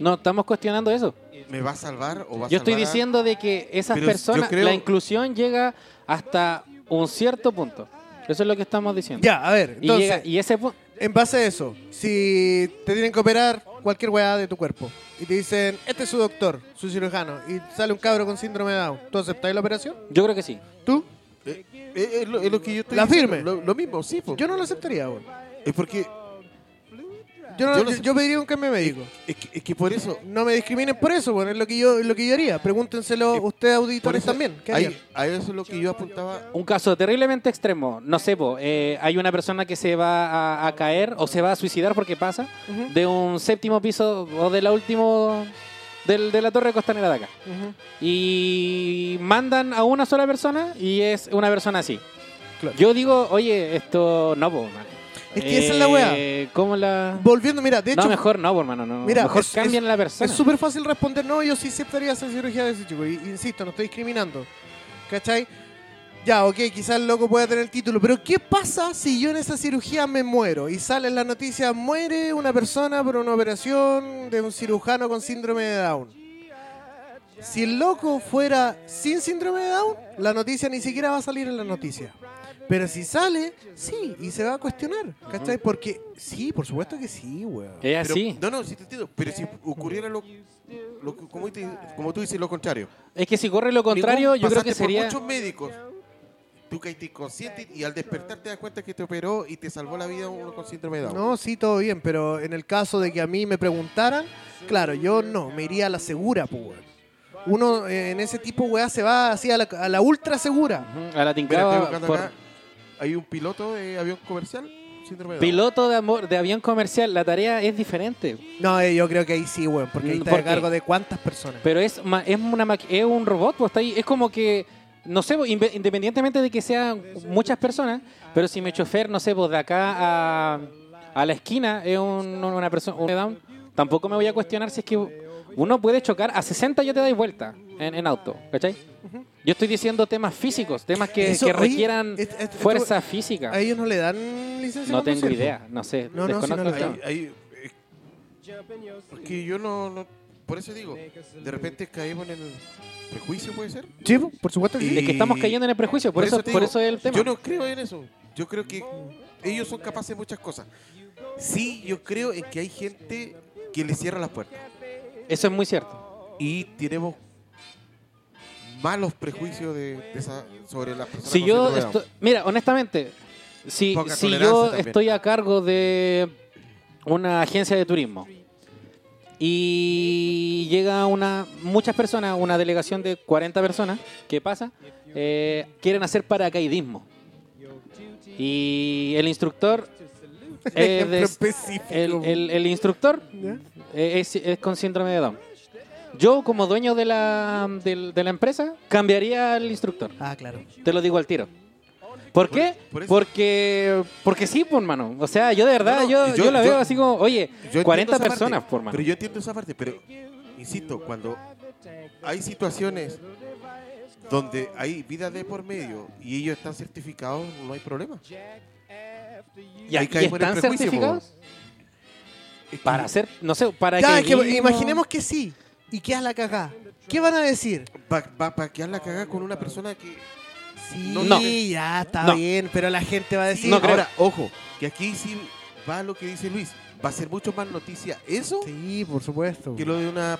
Speaker 4: no estamos cuestionando eso.
Speaker 3: ¿me va a salvar o va a
Speaker 4: Yo estoy
Speaker 3: salvar a-
Speaker 4: diciendo de que esas
Speaker 3: Pero yo
Speaker 4: personas,
Speaker 3: creo-
Speaker 4: la inclusión llega hasta un cierto punto. Eso es lo que estamos diciendo.
Speaker 2: ya, a ver,
Speaker 4: y,
Speaker 2: entonces
Speaker 4: llega- y ese punto.
Speaker 2: En base a eso, si te tienen que operar cualquier weá de tu cuerpo y te dicen, este es su doctor, su cirujano, y sale un cabro con síndrome de Down, ¿tú aceptáis la operación?
Speaker 4: Yo creo que sí.
Speaker 2: ¿Tú?
Speaker 3: Eh, eh, es, lo, es lo que yo estoy
Speaker 2: La
Speaker 3: diciendo,
Speaker 2: firme.
Speaker 3: Lo, lo mismo, sí. po.
Speaker 2: Yo no lo aceptaría, weón.
Speaker 3: Es porque
Speaker 2: Yo, no-
Speaker 3: Yo lo
Speaker 2: yo-
Speaker 3: acep-
Speaker 2: yo pediría un cambio médico.
Speaker 3: es que, es que por eso
Speaker 2: No me discriminen por eso, weón, es lo que yo, es lo que yo haría. Pregúntenselo ustedes,
Speaker 3: por
Speaker 2: auditores,
Speaker 3: eso-
Speaker 2: también. ¿Qué
Speaker 3: ahí-
Speaker 2: harían?
Speaker 3: a eso es lo que yo apuntaba.
Speaker 4: Un caso terriblemente extremo. No sé, po, eh, hay una persona que se va a, a caer o se va a suicidar porque pasa
Speaker 2: Ujú.
Speaker 4: de un séptimo piso o de la último del- de la torre costanera de acá.
Speaker 2: Ujú.
Speaker 4: y mandan a una sola persona y es una persona así.
Speaker 2: Claro.
Speaker 4: Yo digo, oye, esto no, po, hermano.
Speaker 2: Es que esa es la weá.
Speaker 4: Eh, ¿Cómo la.?
Speaker 2: Volviendo, mira, de hecho,
Speaker 4: no, mejor no, po, hermano. No.
Speaker 2: Mira,
Speaker 4: mejor
Speaker 2: es-
Speaker 4: cambian la persona.
Speaker 2: Es súper fácil responder, no, yo sí aceptaría hacer cirugía de ese chico. Y- Insisto, no estoy discriminando. ¿Cachai? Ya, ok, quizás el loco pueda tener el título, pero ¿qué pasa si yo en esa cirugía me muero? Y sale en la noticia, muere una persona por una operación de un cirujano con síndrome de Down. Si el loco fuera sin síndrome de Down, la noticia ni siquiera va a salir en la noticia. Pero si sale, sí, y se va a cuestionar, ¿cachai? Porque sí, por supuesto que sí, weón.
Speaker 4: Es
Speaker 3: Pero-
Speaker 4: así.
Speaker 3: No, no, sí te entiendo. Pero si ocurriera lo, lo que- como, te- como tú dices, lo contrario.
Speaker 4: Es que si corre lo contrario,
Speaker 3: Ningún-
Speaker 4: yo creo
Speaker 3: pasaste
Speaker 4: que
Speaker 3: por
Speaker 4: sería.
Speaker 3: muchos médicos. Tú caíste inconsciente y al despertar te das cuenta que te operó y te salvó la vida uno con síndrome de Down.
Speaker 2: No, sí, todo bien, pero en el caso de que a mí me preguntaran, claro, yo no, me iría a la segura, pues. weón. Uno eh, en ese tipo, weá, se va así a la, a la ultra segura.
Speaker 4: Ujú, A la
Speaker 3: Mira, estoy
Speaker 4: tincada
Speaker 3: buscando
Speaker 4: por
Speaker 3: acá. Hay un piloto de avión comercial, síndrome de Down.
Speaker 4: piloto de, amor, de avión comercial. La tarea es diferente.
Speaker 2: No, eh, yo creo que ahí sí, weón, porque ahí
Speaker 4: Mm,
Speaker 2: está
Speaker 4: ¿por
Speaker 2: a
Speaker 4: qué?
Speaker 2: cargo de cuántas personas.
Speaker 4: Pero es, ma- es, una, maqui- es un robot, pues, está ahí. Es como que, no sé, pues, inve- independientemente de que sean muchas personas, pero si mi chofer, no sé, pues, de acá a, a la esquina es un- una persona, un down, tampoco me voy a cuestionar si es que uno puede chocar a 60 ya te dais vuelta en, en auto, ¿cachai? Yo estoy diciendo temas físicos, temas que,
Speaker 2: Eso,
Speaker 4: que
Speaker 2: oye,
Speaker 4: requieran
Speaker 2: es- es- esto-
Speaker 4: fuerza física.
Speaker 2: A ellos no le dan licencia.
Speaker 4: No
Speaker 2: de
Speaker 4: tengo
Speaker 2: conducir,
Speaker 4: idea, no sé,
Speaker 2: No, no, si no
Speaker 4: desconozco
Speaker 2: lo
Speaker 4: el
Speaker 2: hay.
Speaker 4: tema.
Speaker 3: Ahí- ahí, eh, porque yo no, no- Por eso digo, de repente caemos en el prejuicio, puede ser.
Speaker 2: po. Sí, po, por supuesto que
Speaker 3: Y-
Speaker 2: sí.
Speaker 4: Es que estamos cayendo en el prejuicio, por, eso,
Speaker 3: te
Speaker 4: por
Speaker 3: digo,
Speaker 4: eso es el tema.
Speaker 3: Yo no creo en eso. Yo creo que ellos son capaces de muchas cosas. Sí, yo creo en que hay gente que le cierra las puertas.
Speaker 4: Eso es muy cierto.
Speaker 3: Y tenemos malos prejuicios de, de esa- sobre las personas.
Speaker 4: Si
Speaker 3: con
Speaker 4: yo
Speaker 3: síndrome de Down.
Speaker 4: esto- mira, honestamente, si,
Speaker 3: Poca
Speaker 4: si
Speaker 3: tolerancia
Speaker 4: yo
Speaker 3: también.
Speaker 4: estoy a cargo de una agencia de turismo y llega una muchas personas, una delegación de 40 personas, ¿qué pasa? Eh, quieren hacer paracaidismo. Y el instructor eh,
Speaker 2: Ejemplo
Speaker 4: de-
Speaker 2: específico.
Speaker 4: el, el- el instructor
Speaker 2: ¿Ya?
Speaker 4: eh, es, es con síndrome de Down. Yo, como dueño de la, del- de la empresa, cambiaría al instructor.
Speaker 2: Ah, claro.
Speaker 4: Te lo digo al tiro. ¿Por qué?
Speaker 3: por eso.
Speaker 4: porque porque sí, por mano. O sea, yo de verdad,
Speaker 3: No, no,
Speaker 4: yo,
Speaker 3: yo-
Speaker 4: yo, la
Speaker 3: yo-
Speaker 4: veo así como, oye,
Speaker 3: Yo entiendo
Speaker 4: 40
Speaker 3: esa parte,
Speaker 4: personas, por mano.
Speaker 3: Pero yo entiendo esa parte, pero insisto, cuando hay situaciones donde hay vida de por medio y ellos están certificados, no hay problema.
Speaker 4: ¿Y,
Speaker 3: ahí
Speaker 4: aquí
Speaker 3: caemos en el prejuicio,
Speaker 4: están
Speaker 3: pues.
Speaker 4: certificados?
Speaker 3: Es que-
Speaker 4: Para hacer, no sé, para
Speaker 2: Ya, es que
Speaker 4: mismo-
Speaker 2: imaginemos que sí. ¿Y qué es la cagada? ¿Qué van a decir?
Speaker 3: Para pa, pa quedar la cagada con una persona que.
Speaker 2: Sí,
Speaker 4: No.
Speaker 2: ya está
Speaker 4: No.
Speaker 2: bien, pero la gente va a decir. "Ah,
Speaker 4: No creo.
Speaker 3: Ahora, ojo, que aquí sí va lo que dice Luis. Va a ser mucho más noticia eso
Speaker 2: Sí, por supuesto.
Speaker 3: que lo de una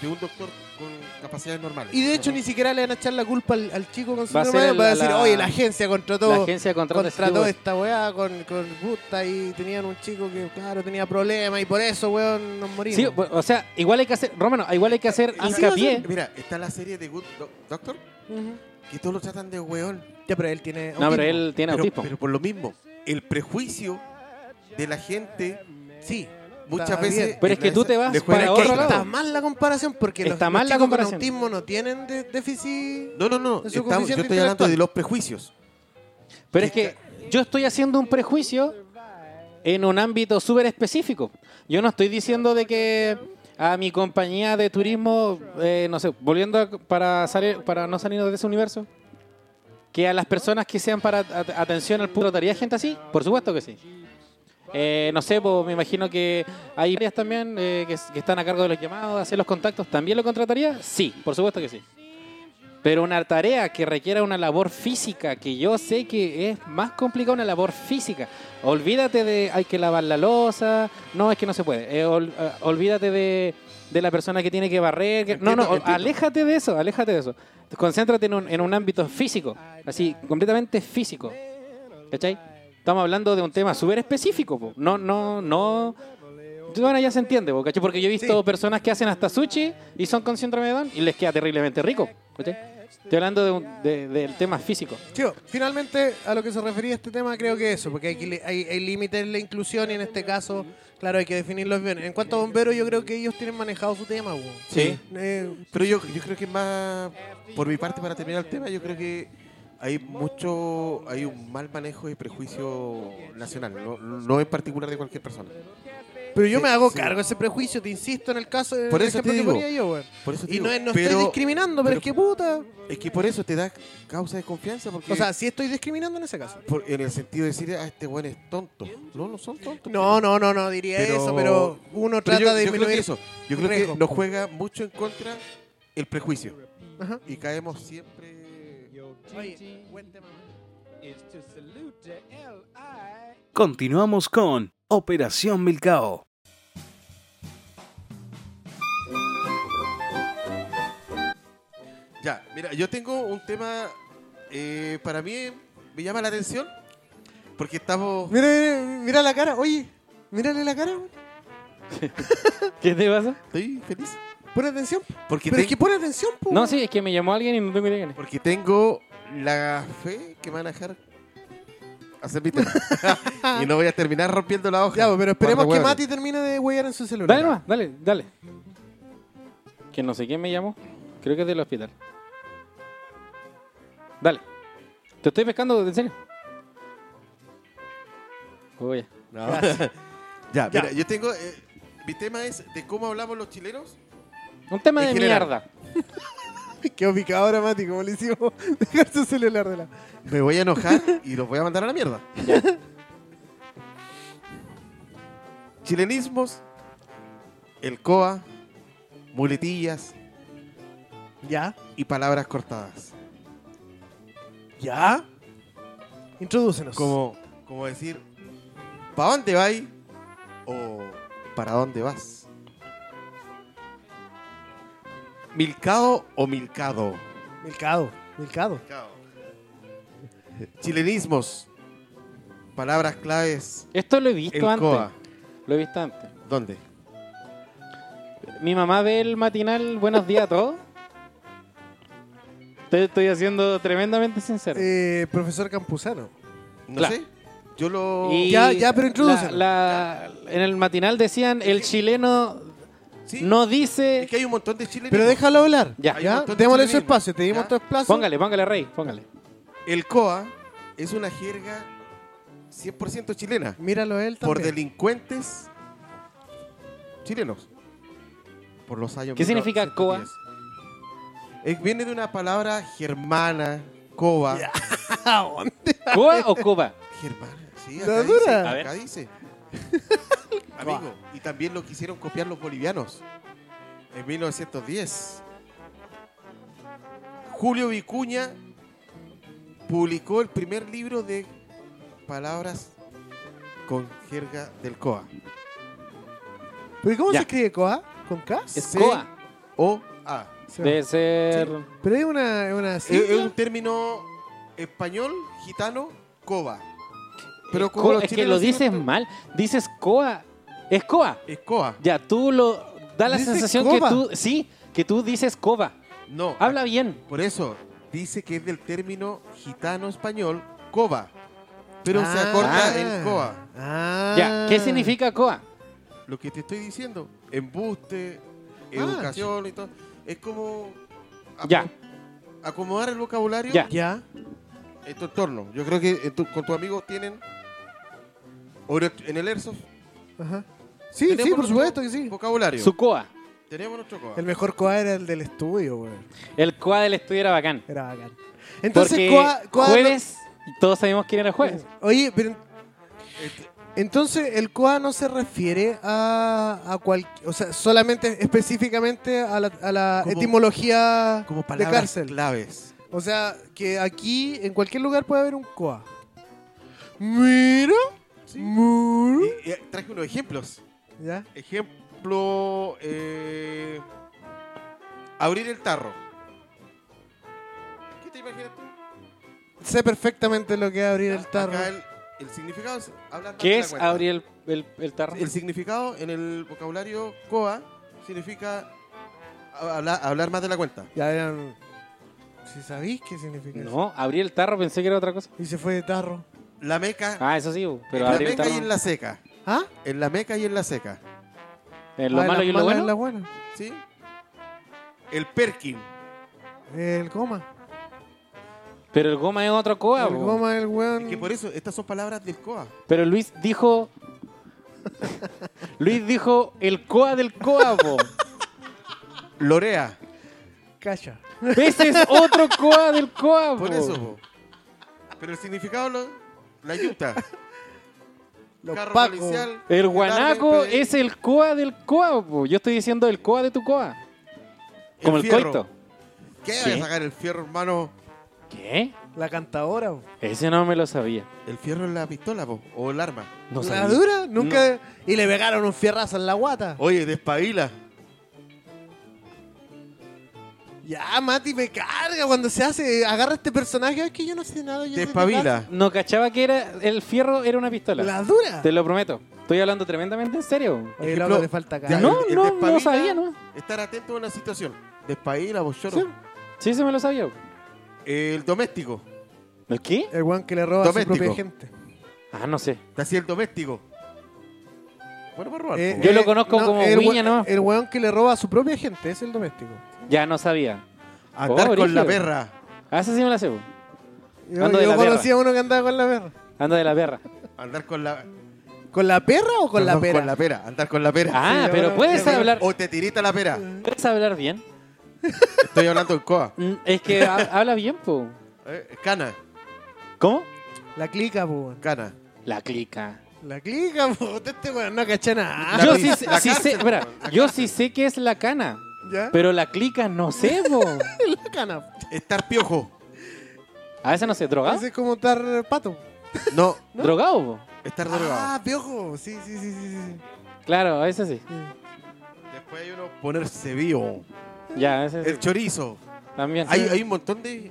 Speaker 3: de un doctor con capacidades normales.
Speaker 2: Y de hecho ni siquiera le van a echar la culpa al, al chico con
Speaker 4: Va a
Speaker 2: síndrome
Speaker 4: ser
Speaker 2: de Down, Va a
Speaker 4: la-
Speaker 2: decir,
Speaker 4: la-
Speaker 2: oye, la agencia contrató,
Speaker 4: La agencia este de contratos
Speaker 2: contrató
Speaker 4: de
Speaker 3: este
Speaker 4: Stewart.
Speaker 2: esta weá con, con puta y tenían un chico que, claro, tenía problemas y por eso, weón, nos morimos.
Speaker 4: Sí, o sea, igual hay que hacer, Romano, igual hay que hacer
Speaker 3: Así va a
Speaker 4: hincapié.
Speaker 3: ser. Mira, está la serie de Good Do- Doctor
Speaker 2: Ujú.
Speaker 3: que todos lo tratan de weón.
Speaker 2: Ya, pero él tiene...
Speaker 4: No, pero
Speaker 2: autismo.
Speaker 4: él tiene
Speaker 3: Pero,
Speaker 4: autismo.
Speaker 3: pero por lo mismo, el prejuicio de la gente
Speaker 2: Sí.
Speaker 3: muchas
Speaker 2: Está
Speaker 3: veces.
Speaker 2: bien.
Speaker 4: Pero es que tú te vas
Speaker 3: le juega
Speaker 4: para
Speaker 3: en
Speaker 4: otro
Speaker 3: contra.
Speaker 2: Está
Speaker 4: lado.
Speaker 2: mal la comparación porque los,
Speaker 4: Está
Speaker 2: los
Speaker 4: mal la
Speaker 2: chicos
Speaker 4: comparación.
Speaker 2: con autismo no tienen de- déficit...
Speaker 3: No, no, no.
Speaker 2: En su
Speaker 3: estamos- yo
Speaker 2: coeficiente
Speaker 3: estoy hablando
Speaker 2: intelectual.
Speaker 3: de los prejuicios.
Speaker 4: Pero es que yo estoy haciendo un prejuicio en un ámbito súper específico. Yo no estoy diciendo de que a mi compañía de turismo, eh, no sé, volviendo a- para, salir, para no salirnos de ese universo, que a las personas que sean para at- atención al público, ¿trataría gente así? Por supuesto que sí. Eh, no sé, pues, me imagino que hay áreas también eh, que, que están a cargo de los llamados, hacer los contactos. ¿También lo contrataría? Sí, por supuesto que sí. Pero una tarea que requiera una labor física, que yo sé que es más complicada una labor física. Olvídate de hay que lavar la losa, no, es que no se puede. Eh, ol- eh, olvídate de, de la persona que tiene que barrer. que- no, no,
Speaker 3: Entiendo,
Speaker 4: o-
Speaker 3: entiendo.
Speaker 4: aléjate de eso, aléjate de eso. Concéntrate en un, en un ámbito físico,
Speaker 3: Ah,
Speaker 4: así, completamente físico. ¿Cachai? Estamos hablando de un tema súper específico, po. no, no, no. Bueno, ya se entiende, po, ¿cachai? Porque yo he visto personas que hacen hasta sushi y son con síndrome de Down y les queda terriblemente rico, ¿cachai? Estoy hablando de un- de- del tema físico.
Speaker 2: Chico, finalmente a lo que se refería este tema creo que eso, porque hay, que li- hay, hay límites en la inclusión y en este caso, claro, hay que definirlos bien. En cuanto a bomberos, yo creo que ellos tienen manejado su tema. weón.
Speaker 3: Sí.
Speaker 2: Eh,
Speaker 3: Pero yo, yo creo que es más, por mi parte, para terminar el tema, yo creo que hay mucho, hay un mal manejo y prejuicio nacional, no, no en particular de cualquier persona.
Speaker 2: pero yo
Speaker 3: Sí,
Speaker 2: me hago
Speaker 3: sí.
Speaker 2: cargo de ese prejuicio, te insisto, en el caso en
Speaker 3: Por
Speaker 2: el
Speaker 3: eso te
Speaker 2: ejemplo
Speaker 3: digo.
Speaker 2: que ponía yo, weón.
Speaker 3: Por eso te
Speaker 2: Y
Speaker 3: digo,
Speaker 2: no, es- no
Speaker 3: pero
Speaker 2: estoy discriminando, pero,
Speaker 3: pero-
Speaker 2: es que puta.
Speaker 3: es que por eso te da causa de confianza, porque
Speaker 2: O sea, sí estoy discriminando en ese caso.
Speaker 3: por- en el sentido de decir, ah, este bueno es tonto. No, no son tontos.
Speaker 2: No, no, no, no diría
Speaker 3: Pero-
Speaker 2: eso, pero uno
Speaker 3: Pero
Speaker 2: trata
Speaker 3: yo,
Speaker 2: de
Speaker 3: yo creo
Speaker 2: disminuir
Speaker 3: que eso, yo creo
Speaker 2: riesgo.
Speaker 3: que nos juega mucho en contra el prejuicio.
Speaker 2: Ajá.
Speaker 3: Y caemos siempre...
Speaker 5: Your
Speaker 2: Oye,
Speaker 5: duty
Speaker 2: buen tema, weón.
Speaker 5: is to salute the L.I.
Speaker 1: Continuamos con Operación Milcao.
Speaker 3: Ya, mira, yo tengo un tema, eh, para mí me llama la atención, porque estamos...
Speaker 2: Mira, mira, mira la cara, oye, mírale la cara, weón.
Speaker 4: ¿Qué te pasa?
Speaker 3: Estoy feliz.
Speaker 2: Pon atención.
Speaker 3: Porque,
Speaker 2: Pero
Speaker 3: ten-
Speaker 2: es que pon atención, po.
Speaker 4: No, sí, es que me llamó alguien y no tengo idea quién es.
Speaker 3: porque tengo la fe que me van a dejar hacer mi tema. y no voy a terminar rompiendo la hoja.
Speaker 2: Ya, pero esperemos que
Speaker 3: Guarda,
Speaker 2: Mati termine de huear en su celular.
Speaker 4: Dale nomás, dale, dale. Que no sé quién me llamó. Creo que es del hospital. Dale. Te estoy pescando, en serio. Oye.
Speaker 3: guarda. No. ya,
Speaker 2: Ya.
Speaker 3: mira, yo tengo... eh, mi tema es de cómo hablamos los chilenos.
Speaker 4: Un tema
Speaker 3: En
Speaker 4: de
Speaker 3: general.
Speaker 4: mierda.
Speaker 2: Qué ubicado ahora, Mati, como le hicimos dejar su celular de la.
Speaker 3: Me voy a enojar y los voy a mandar a la mierda. Chilenismos, el coa, muletillas
Speaker 2: ¿Ya?
Speaker 3: y palabras cortadas.
Speaker 2: ¿Ya? Introdúcenos.
Speaker 3: Como, como decir, ¿para dónde vais? O ¿para dónde vas? ¿Milcado o milcado?
Speaker 2: Milcado. Milcado.
Speaker 3: Chilenismos, palabras claves,
Speaker 4: Esto lo he
Speaker 3: el
Speaker 4: visto antes.
Speaker 3: coa.
Speaker 4: Lo he visto antes.
Speaker 3: ¿Dónde?
Speaker 4: Mi mamá ve el matinal Buenos días a todos. Te estoy haciendo tremendamente sincero.
Speaker 2: Eh, profesor Campuzano.
Speaker 3: No
Speaker 4: Claro.
Speaker 3: sé. Yo lo...
Speaker 4: Y
Speaker 2: Ya, ya, pero
Speaker 4: la-
Speaker 2: introdúcelo.
Speaker 4: la- En el matinal decían, el chileno
Speaker 3: Sí.
Speaker 4: no dice...
Speaker 3: Es que hay un montón de chilenismos.
Speaker 2: Pero déjalo hablar.
Speaker 4: Ya.
Speaker 3: Hay un
Speaker 2: ¿Ya?
Speaker 3: montón de
Speaker 2: Démosle su
Speaker 3: chilenismo.
Speaker 2: espacio. Te dimos
Speaker 3: ¿Ya?
Speaker 2: tu espacio.
Speaker 4: Póngale, póngale, Rey, póngale.
Speaker 3: El COA es una jerga 100% chilena
Speaker 2: Míralo a él también.
Speaker 3: por delincuentes chilenos. Por los años.
Speaker 4: ¿Qué significa coa?
Speaker 3: 1910. Eh, viene de una palabra germana, COA.
Speaker 4: ¿Cuba o Cuba?
Speaker 3: Germana, sí,
Speaker 2: La
Speaker 3: acá dice.
Speaker 2: dura.
Speaker 4: A ver.
Speaker 3: Acá dice. Amigo, y también lo quisieron copiar los bolivianos en 1910. Julio Vicuña publicó el primer libro de palabras con jerga del COA.
Speaker 2: ¿Pero cómo
Speaker 4: Ya.
Speaker 2: se escribe Coa? ¿Con K?
Speaker 4: Es
Speaker 3: Sí.
Speaker 4: Coa.
Speaker 3: O-A.
Speaker 2: Se va.
Speaker 4: Debe ser.
Speaker 2: Pero es una. Es una
Speaker 3: Es, es
Speaker 2: sigla.
Speaker 3: un término español, gitano, COA.
Speaker 4: Eh,
Speaker 3: Pero como
Speaker 4: Coa-
Speaker 3: los
Speaker 4: es que
Speaker 3: chilenos
Speaker 4: lo
Speaker 3: siguen
Speaker 4: dices
Speaker 3: to-
Speaker 4: mal. Dices Coa. Es Coa.
Speaker 3: Es COA.
Speaker 4: Ya, tú lo. Da la
Speaker 2: Dices
Speaker 4: sensación
Speaker 2: coba.
Speaker 4: que tú. Sí, que tú dices Coba.
Speaker 3: No.
Speaker 4: Habla bien.
Speaker 3: Por eso, dice que es del término gitano español, coba. Pero se
Speaker 2: Ah.
Speaker 3: acorta en coa.
Speaker 2: Ah.
Speaker 4: Ya, ¿qué significa Coa?
Speaker 3: Lo que te estoy diciendo, embuste,
Speaker 2: Ah,
Speaker 3: educación y todo. Es como acom-
Speaker 4: Ya.
Speaker 3: acomodar el vocabulario
Speaker 4: Ya.
Speaker 2: ¿Ya?
Speaker 3: en tu entorno. Yo creo que en tu- con tus amigos tienen. o en el- en el Airsoft.
Speaker 2: Ajá. Sí,
Speaker 3: tenemos
Speaker 2: sí, por
Speaker 3: nuestro
Speaker 2: supuesto que sí.
Speaker 3: Vocabulario.
Speaker 4: Su Coa.
Speaker 3: Tenemos nuestro coa.
Speaker 2: El mejor Coa era el del estudio, güey.
Speaker 4: El Coa del estudio era bacán.
Speaker 2: Era bacán. Entonces,
Speaker 4: porque
Speaker 2: Coa. Coa no-
Speaker 4: Pues.
Speaker 2: Eh,
Speaker 4: jueves. Todos sabemos quién era jueves.
Speaker 2: Oye, pero
Speaker 3: Este,
Speaker 2: Entonces, el COA no se refiere a, a cual- o sea, solamente específicamente a la, a la
Speaker 3: Como-
Speaker 2: etimología
Speaker 3: Como
Speaker 2: de
Speaker 3: palabras
Speaker 2: cárcel.
Speaker 3: claves.
Speaker 2: O sea, que aquí, en cualquier lugar, puede haber un COA. Mira. Mira.
Speaker 3: Y- y traje unos ejemplos.
Speaker 2: ¿Ya?
Speaker 3: Ejemplo, eh, abrir el tarro. ¿Qué te imaginas tú?
Speaker 2: Sé perfectamente lo que es abrir el tarro.
Speaker 3: Acá el, el significado es hablar más de
Speaker 4: ¿Qué
Speaker 3: la
Speaker 4: es
Speaker 3: cuenta.
Speaker 4: abrir el, el, el tarro?
Speaker 3: El significado en el vocabulario COA significa habla- hablar, más de la cuenta.
Speaker 2: Ya eran. Si sabéis qué significa eso.
Speaker 4: No, abrir el tarro pensé que era otra cosa.
Speaker 2: Y se fue de tarro.
Speaker 3: La meca,
Speaker 4: Ah, eso sí,
Speaker 3: en
Speaker 4: pero
Speaker 3: la
Speaker 4: abrir el
Speaker 3: meca
Speaker 4: tarro.
Speaker 3: y en la seca.
Speaker 2: ¿Ah?
Speaker 3: En la meca y en la seca.
Speaker 4: En lo
Speaker 2: La de
Speaker 4: malo
Speaker 2: las
Speaker 4: y en lo
Speaker 2: malas
Speaker 4: bueno.
Speaker 2: la buena.
Speaker 3: ¿Sí? El perkin.
Speaker 2: El coma.
Speaker 4: Pero el goma es otro coa,
Speaker 2: el
Speaker 4: po.
Speaker 2: coma, el weón.
Speaker 3: Es que por eso, estas son palabras del COA.
Speaker 4: Pero Luis dijo. Luis dijo el coa del coa, po.
Speaker 3: Lorea.
Speaker 2: Cacha.
Speaker 4: Ese es otro coa del coa, po.
Speaker 3: Por eso. po. Pero el significado, lo- la yuta.
Speaker 2: Los
Speaker 3: Carro
Speaker 2: pacos.
Speaker 3: policial,
Speaker 4: El
Speaker 3: tarde,
Speaker 4: guanaco
Speaker 3: pedí-
Speaker 4: es el coa del coa, po. Yo estoy diciendo el coa de tu coa. Como el,
Speaker 3: fierro.
Speaker 4: coito.
Speaker 3: ¿Qué?
Speaker 4: ¿Qué?
Speaker 3: Voy a sacar el fierro, hermano.
Speaker 4: ¿Qué?
Speaker 2: La cantadora. po.
Speaker 4: Ese no me lo sabía.
Speaker 3: El fierro es la pistola, po, o el arma.
Speaker 4: No
Speaker 2: la
Speaker 4: sabía.
Speaker 2: dura. Nunca. Y le pegaron un fierrazo en la guata.
Speaker 3: Oye, despabila.
Speaker 2: Ya, Mati, me carga cuando se hace. Agarra este personaje. Es que yo no sé nada. Yo soy de
Speaker 3: Despabila.
Speaker 4: No cachaba que era el fierro era una
Speaker 2: casa.
Speaker 4: pistola.
Speaker 2: La dura.
Speaker 4: Te lo prometo. Estoy hablando tremendamente en serio.
Speaker 2: Oye,
Speaker 3: Ejemplo,
Speaker 2: loco, le falta
Speaker 3: Ya,
Speaker 2: cara.
Speaker 4: No,
Speaker 3: el- el
Speaker 4: no, no
Speaker 3: despabila,
Speaker 4: sabía, ¿no?
Speaker 3: Estar atento a una situación. Despabila, vos choro.
Speaker 4: Sí. Sí, se me lo sabía.
Speaker 3: El doméstico.
Speaker 4: ¿El qué?
Speaker 2: El weón que le roba
Speaker 3: Doméstico.
Speaker 2: a su propia gente.
Speaker 4: Ah, no sé.
Speaker 3: Te hacía el doméstico. Bueno, por robar.
Speaker 2: Eh,
Speaker 3: po.
Speaker 4: Yo lo
Speaker 2: eh,
Speaker 4: conozco como
Speaker 2: el
Speaker 4: Viña,
Speaker 2: weón-
Speaker 4: ¿no?
Speaker 2: El weón que le roba a su propia gente. Es el doméstico.
Speaker 4: Ya no sabía.
Speaker 3: Andar
Speaker 4: oh,
Speaker 3: con la
Speaker 4: brígido.
Speaker 3: perra.
Speaker 4: Ah, esa sí me la sé. po.
Speaker 2: Yo,
Speaker 4: Ando de
Speaker 2: yo
Speaker 4: la
Speaker 2: conocí
Speaker 4: perra.
Speaker 2: a uno que andaba con la perra.
Speaker 4: Anda de la perra.
Speaker 3: Andar con la.
Speaker 2: ¿Con la perra o con
Speaker 3: Perdón,
Speaker 2: la pera?
Speaker 3: Con la pera. Andar con la pera.
Speaker 4: Ah,
Speaker 2: Sí,
Speaker 4: pero
Speaker 2: ahora-
Speaker 4: puedes hablar.
Speaker 3: O te tirita la pera.
Speaker 4: ¿Puedes hablar bien?
Speaker 3: Estoy hablando en coa.
Speaker 4: Mm, Es que ha- habla bien, po.
Speaker 3: Eh, cana,
Speaker 4: ¿Cómo?
Speaker 2: La clica, po. weón.
Speaker 3: cana.
Speaker 4: La clica.
Speaker 2: La clica, po. Este weón no cacha nada.
Speaker 3: Ah, La
Speaker 4: yo
Speaker 3: pri-
Speaker 4: sí,
Speaker 3: la
Speaker 4: sí
Speaker 3: cárcel,
Speaker 4: sé, espera,
Speaker 3: po, la
Speaker 4: yo sí sé que es la cana,
Speaker 2: ¿Ya?
Speaker 4: pero la clica no sé, po.
Speaker 2: la cana.
Speaker 3: Estar piojo.
Speaker 4: A veces Ah, no sé, drogado.
Speaker 2: Ese es como estar pato.
Speaker 3: No,
Speaker 4: Drogado, po.
Speaker 3: estar drogado.
Speaker 2: Ah, piojo. Sí, sí, sí, sí. sí.
Speaker 4: Claro, a veces sí.
Speaker 3: Después hay uno ponerse vivo.
Speaker 4: Ya, a veces
Speaker 3: El
Speaker 4: sí.
Speaker 3: chorizo.
Speaker 4: También.
Speaker 3: Hay, hay un montón de.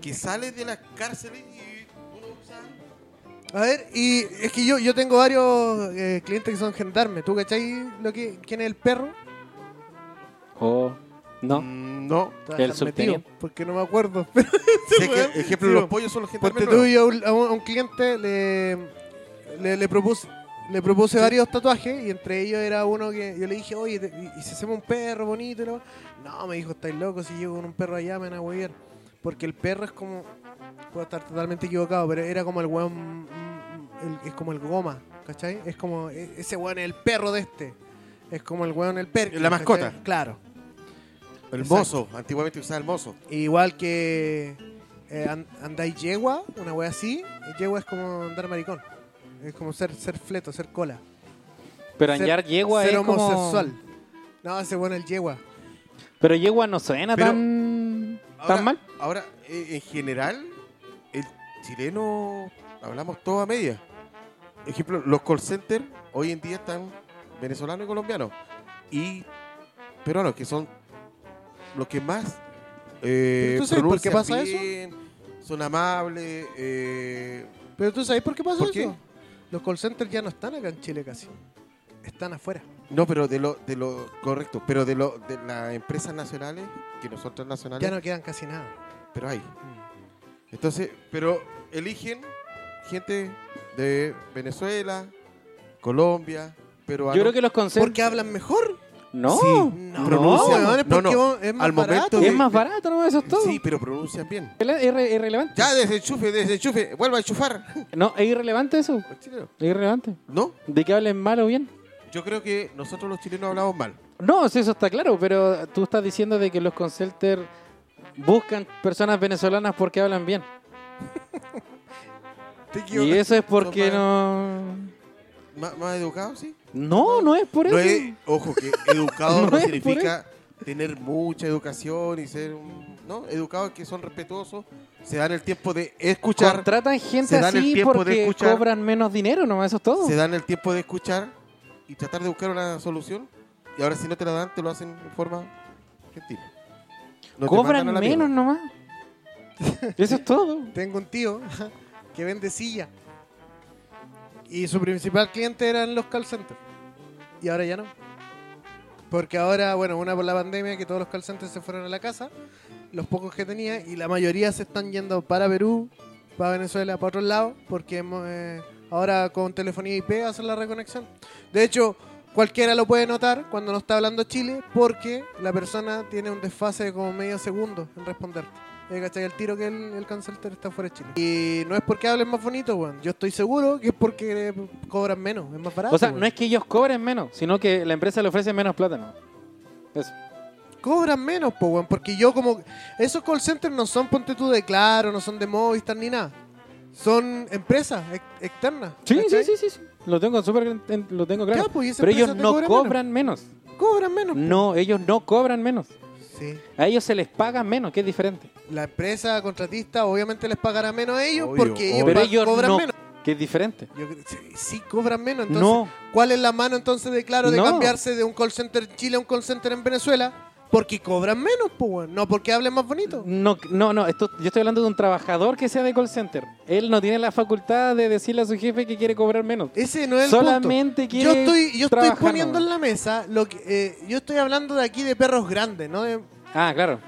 Speaker 3: que sale de las cárceles y uno usa.
Speaker 2: A ver, y es que yo, yo tengo varios eh, clientes que son gendarmes. ¿Tú cachai lo que, quién es el perro?
Speaker 4: Oh, no.
Speaker 3: Mm, No.
Speaker 2: Te voy a
Speaker 4: El
Speaker 2: dejar
Speaker 4: subteniente.
Speaker 2: metido, Porque no me acuerdo. Pero
Speaker 3: Sé que,
Speaker 2: weón,
Speaker 3: ejemplo,
Speaker 2: sí,
Speaker 3: los
Speaker 2: po.
Speaker 3: pollos son los
Speaker 2: Ponte
Speaker 3: gendarmes.
Speaker 2: tú
Speaker 3: nuevos.
Speaker 2: y a un, a un- a un cliente le, le, le propuse, le propuse varios tatuajes y entre ellos era uno que yo le dije, oye, te- y, y si hacemos un perro bonito? y la wea?". no, me dijo, estáis locos, si llego con un perro allá me van a hueviar. Porque el perro es como, puedo estar totalmente equivocado, pero era como el weón, mm, el- es como el goma, ¿cachai? Es como, e- ese weón es el perro de este. Es como el weón, el perro.
Speaker 3: La mascota.
Speaker 2: Claro.
Speaker 3: El
Speaker 2: Exacto.
Speaker 3: mozo. Antiguamente usaba el mozo.
Speaker 2: Igual que eh, an- andáis yegua, una wea así. Yegua es como andar maricón. Es como ser, ser fleto, ser cola.
Speaker 4: Pero
Speaker 2: Ser-
Speaker 4: andar yegua
Speaker 2: ser
Speaker 4: es como-
Speaker 2: homosexual. No, ese bueno el yegua.
Speaker 4: Pero yegua no suena
Speaker 3: Pero-
Speaker 4: tan
Speaker 3: Ahora,
Speaker 4: tan mal.
Speaker 3: Ahora, eh, en general, el chileno hablamos todo a media. Ejemplo, los call centers hoy en día están venezolanos y colombianos. Y peruanos, que son los que más. Eh,
Speaker 2: Pero tú sabes por qué
Speaker 3: pronuncian
Speaker 2: pasa
Speaker 3: bien, Son amables. eh,
Speaker 2: Pero tú sabes por qué pasa
Speaker 3: ¿Por
Speaker 2: eso.
Speaker 3: qué?
Speaker 2: Los call centers ya no están acá en Chile casi. Están afuera.
Speaker 3: no, pero de lo, de lo correcto. Pero de, lo, de las empresas nacionales, que nosotros nacionales.
Speaker 2: Ya no quedan casi nada.
Speaker 3: pero hay. Entonces, pero eligen gente de Venezuela, Colombia, peruano.
Speaker 4: Yo creo que los conceptos.
Speaker 2: Porque hablan mejor.
Speaker 4: No.
Speaker 3: Sí,
Speaker 2: No,
Speaker 3: pronuncian.
Speaker 2: weón, es
Speaker 3: No,
Speaker 2: porque
Speaker 3: no.
Speaker 2: vos- es más
Speaker 3: Al momento
Speaker 2: barato.
Speaker 3: de-
Speaker 4: Es más barato, no eso es todo.
Speaker 3: Sí, pero pronuncian bien.
Speaker 4: Es irre- irrelevante.
Speaker 3: Ya, desenchufe, desenchufe, vuelva a enchufar.
Speaker 4: No, es irrelevante eso.
Speaker 3: Los chilenos.
Speaker 4: Es irrelevante.
Speaker 3: ¿No?
Speaker 4: De que hablen mal o bien.
Speaker 3: Yo creo que nosotros los chilenos hablamos mal.
Speaker 4: No, sí, eso está claro, pero tú estás diciendo de que los call center buscan personas venezolanas porque hablan bien.
Speaker 2: Te equivocas.
Speaker 4: Y eso es porque
Speaker 3: Papá.
Speaker 4: no...
Speaker 3: ¿Más, más educado, sí?
Speaker 4: No, no es por eso.
Speaker 3: No es- ojo, que educado
Speaker 4: No
Speaker 3: no,
Speaker 4: es por
Speaker 3: significa tener mucha educación y ser un... ¿no? Educados que son respetuosos, se dan el tiempo de escuchar,
Speaker 4: Contratan gente
Speaker 3: se dan el
Speaker 4: así
Speaker 3: tiempo de
Speaker 4: porque
Speaker 3: escuchar.
Speaker 4: cobran menos dinero, nomás eso es todo.
Speaker 3: se dan el tiempo de escuchar y tratar de buscar una solución. Y ahora si no te la dan, te lo hacen en forma gentil. No te
Speaker 4: cobran
Speaker 3: mandan a la
Speaker 4: menos
Speaker 3: mierda.
Speaker 4: nomás. Eso es todo.
Speaker 2: Tengo un tío que vende silla. Y su principal cliente eran los call centers. Y ahora ya no. Porque ahora, bueno, una por la pandemia que todos los call centers se fueron a la casa, los pocos que tenía, y la mayoría se están yendo para Perú, para Venezuela, para otros lados, porque hemos, eh, ahora con telefonía IP hacen la reconexión. De hecho, cualquiera lo puede notar cuando no está hablando Chile, porque la persona tiene un desfase de como medio segundo en responderte. Eh, ¿Cachai? El tiro que el, el call center está fuera de Chile. Y no es porque hablen más bonito, weón. Yo estoy seguro que es porque eh, cobran menos, es más barato.
Speaker 4: O sea,
Speaker 3: pues.
Speaker 2: weón.
Speaker 4: no es que ellos cobren menos, sino que la empresa le ofrece menos plata. ¿no? Eso.
Speaker 2: cobran menos, po, weón. Porque yo como... Esos call centers no son, ponte tú, de Claro, no son de Movistar ni nada. Son empresas ex- externas.
Speaker 4: Sí,
Speaker 2: ¿cachai?
Speaker 4: sí, sí, sí, sí. Lo tengo súper en- lo tengo claro.
Speaker 2: Ya, pues, y esas
Speaker 4: Pero ellos
Speaker 2: empresas te
Speaker 4: no
Speaker 2: cobran
Speaker 4: cobran menos.
Speaker 2: menos. Cobran menos. po.
Speaker 4: No, ellos no cobran menos.
Speaker 2: Sí.
Speaker 4: A ellos se les paga menos, que es diferente.
Speaker 2: La empresa contratista obviamente les pagará menos a ellos
Speaker 3: Obvio,
Speaker 2: porque ellos,
Speaker 4: Pero
Speaker 2: pa-
Speaker 4: ellos
Speaker 2: cobran
Speaker 4: no,
Speaker 2: menos.
Speaker 4: que es diferente.
Speaker 2: Yo cre- sí, sí, cobran menos. Entonces,
Speaker 4: no,
Speaker 2: ¿cuál es la mano entonces de Claro de
Speaker 4: No.
Speaker 2: cambiarse de un call center en Chile a un call center en Venezuela? Porque cobran menos, po, weón. No porque hablen más bonito.
Speaker 4: no, no, no, esto, yo estoy hablando de un trabajador que sea de call center. Él no tiene la facultad de decirle a su jefe que quiere cobrar menos.
Speaker 2: Ese no es el punto.
Speaker 4: Solamente quiere
Speaker 2: Yo estoy, yo estoy
Speaker 4: trabajar,
Speaker 2: poniendo
Speaker 4: ¿no?
Speaker 2: en la mesa lo que eh, yo estoy hablando de aquí de perros grandes, ¿no? De,
Speaker 4: Ah, claro.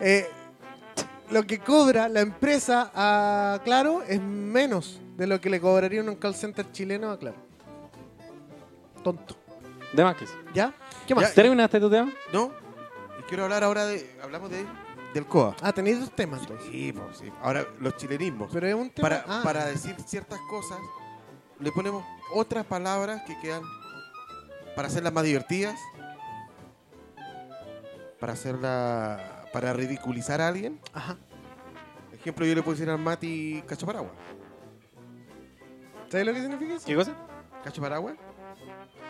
Speaker 2: eh, lo que cobra la empresa a Claro es menos de lo que le cobraría un call center chileno a Claro. Tonto.
Speaker 4: De más que eso.
Speaker 2: ¿Ya? ¿Qué más?
Speaker 3: Ya-
Speaker 4: ¿Terminaste tu tema?
Speaker 3: No, y quiero hablar ahora de... Hablamos de, del COA.
Speaker 2: Ah, tenéis dos temas entonces.
Speaker 3: Sí, pues, sí. Ahora, los chilenismos.
Speaker 2: Pero es un tema.
Speaker 3: para,
Speaker 2: ah,
Speaker 3: para decir ciertas cosas, le ponemos otras palabras que quedan para hacerlas más divertidas, para hacerla para ridiculizar a alguien.
Speaker 2: Ajá.
Speaker 3: Ejemplo, yo le puedo decir al Mati cachaparagua.
Speaker 2: ¿Sabes lo que significa eso?
Speaker 4: ¿Qué cosa?
Speaker 3: ¿Cachaparagua?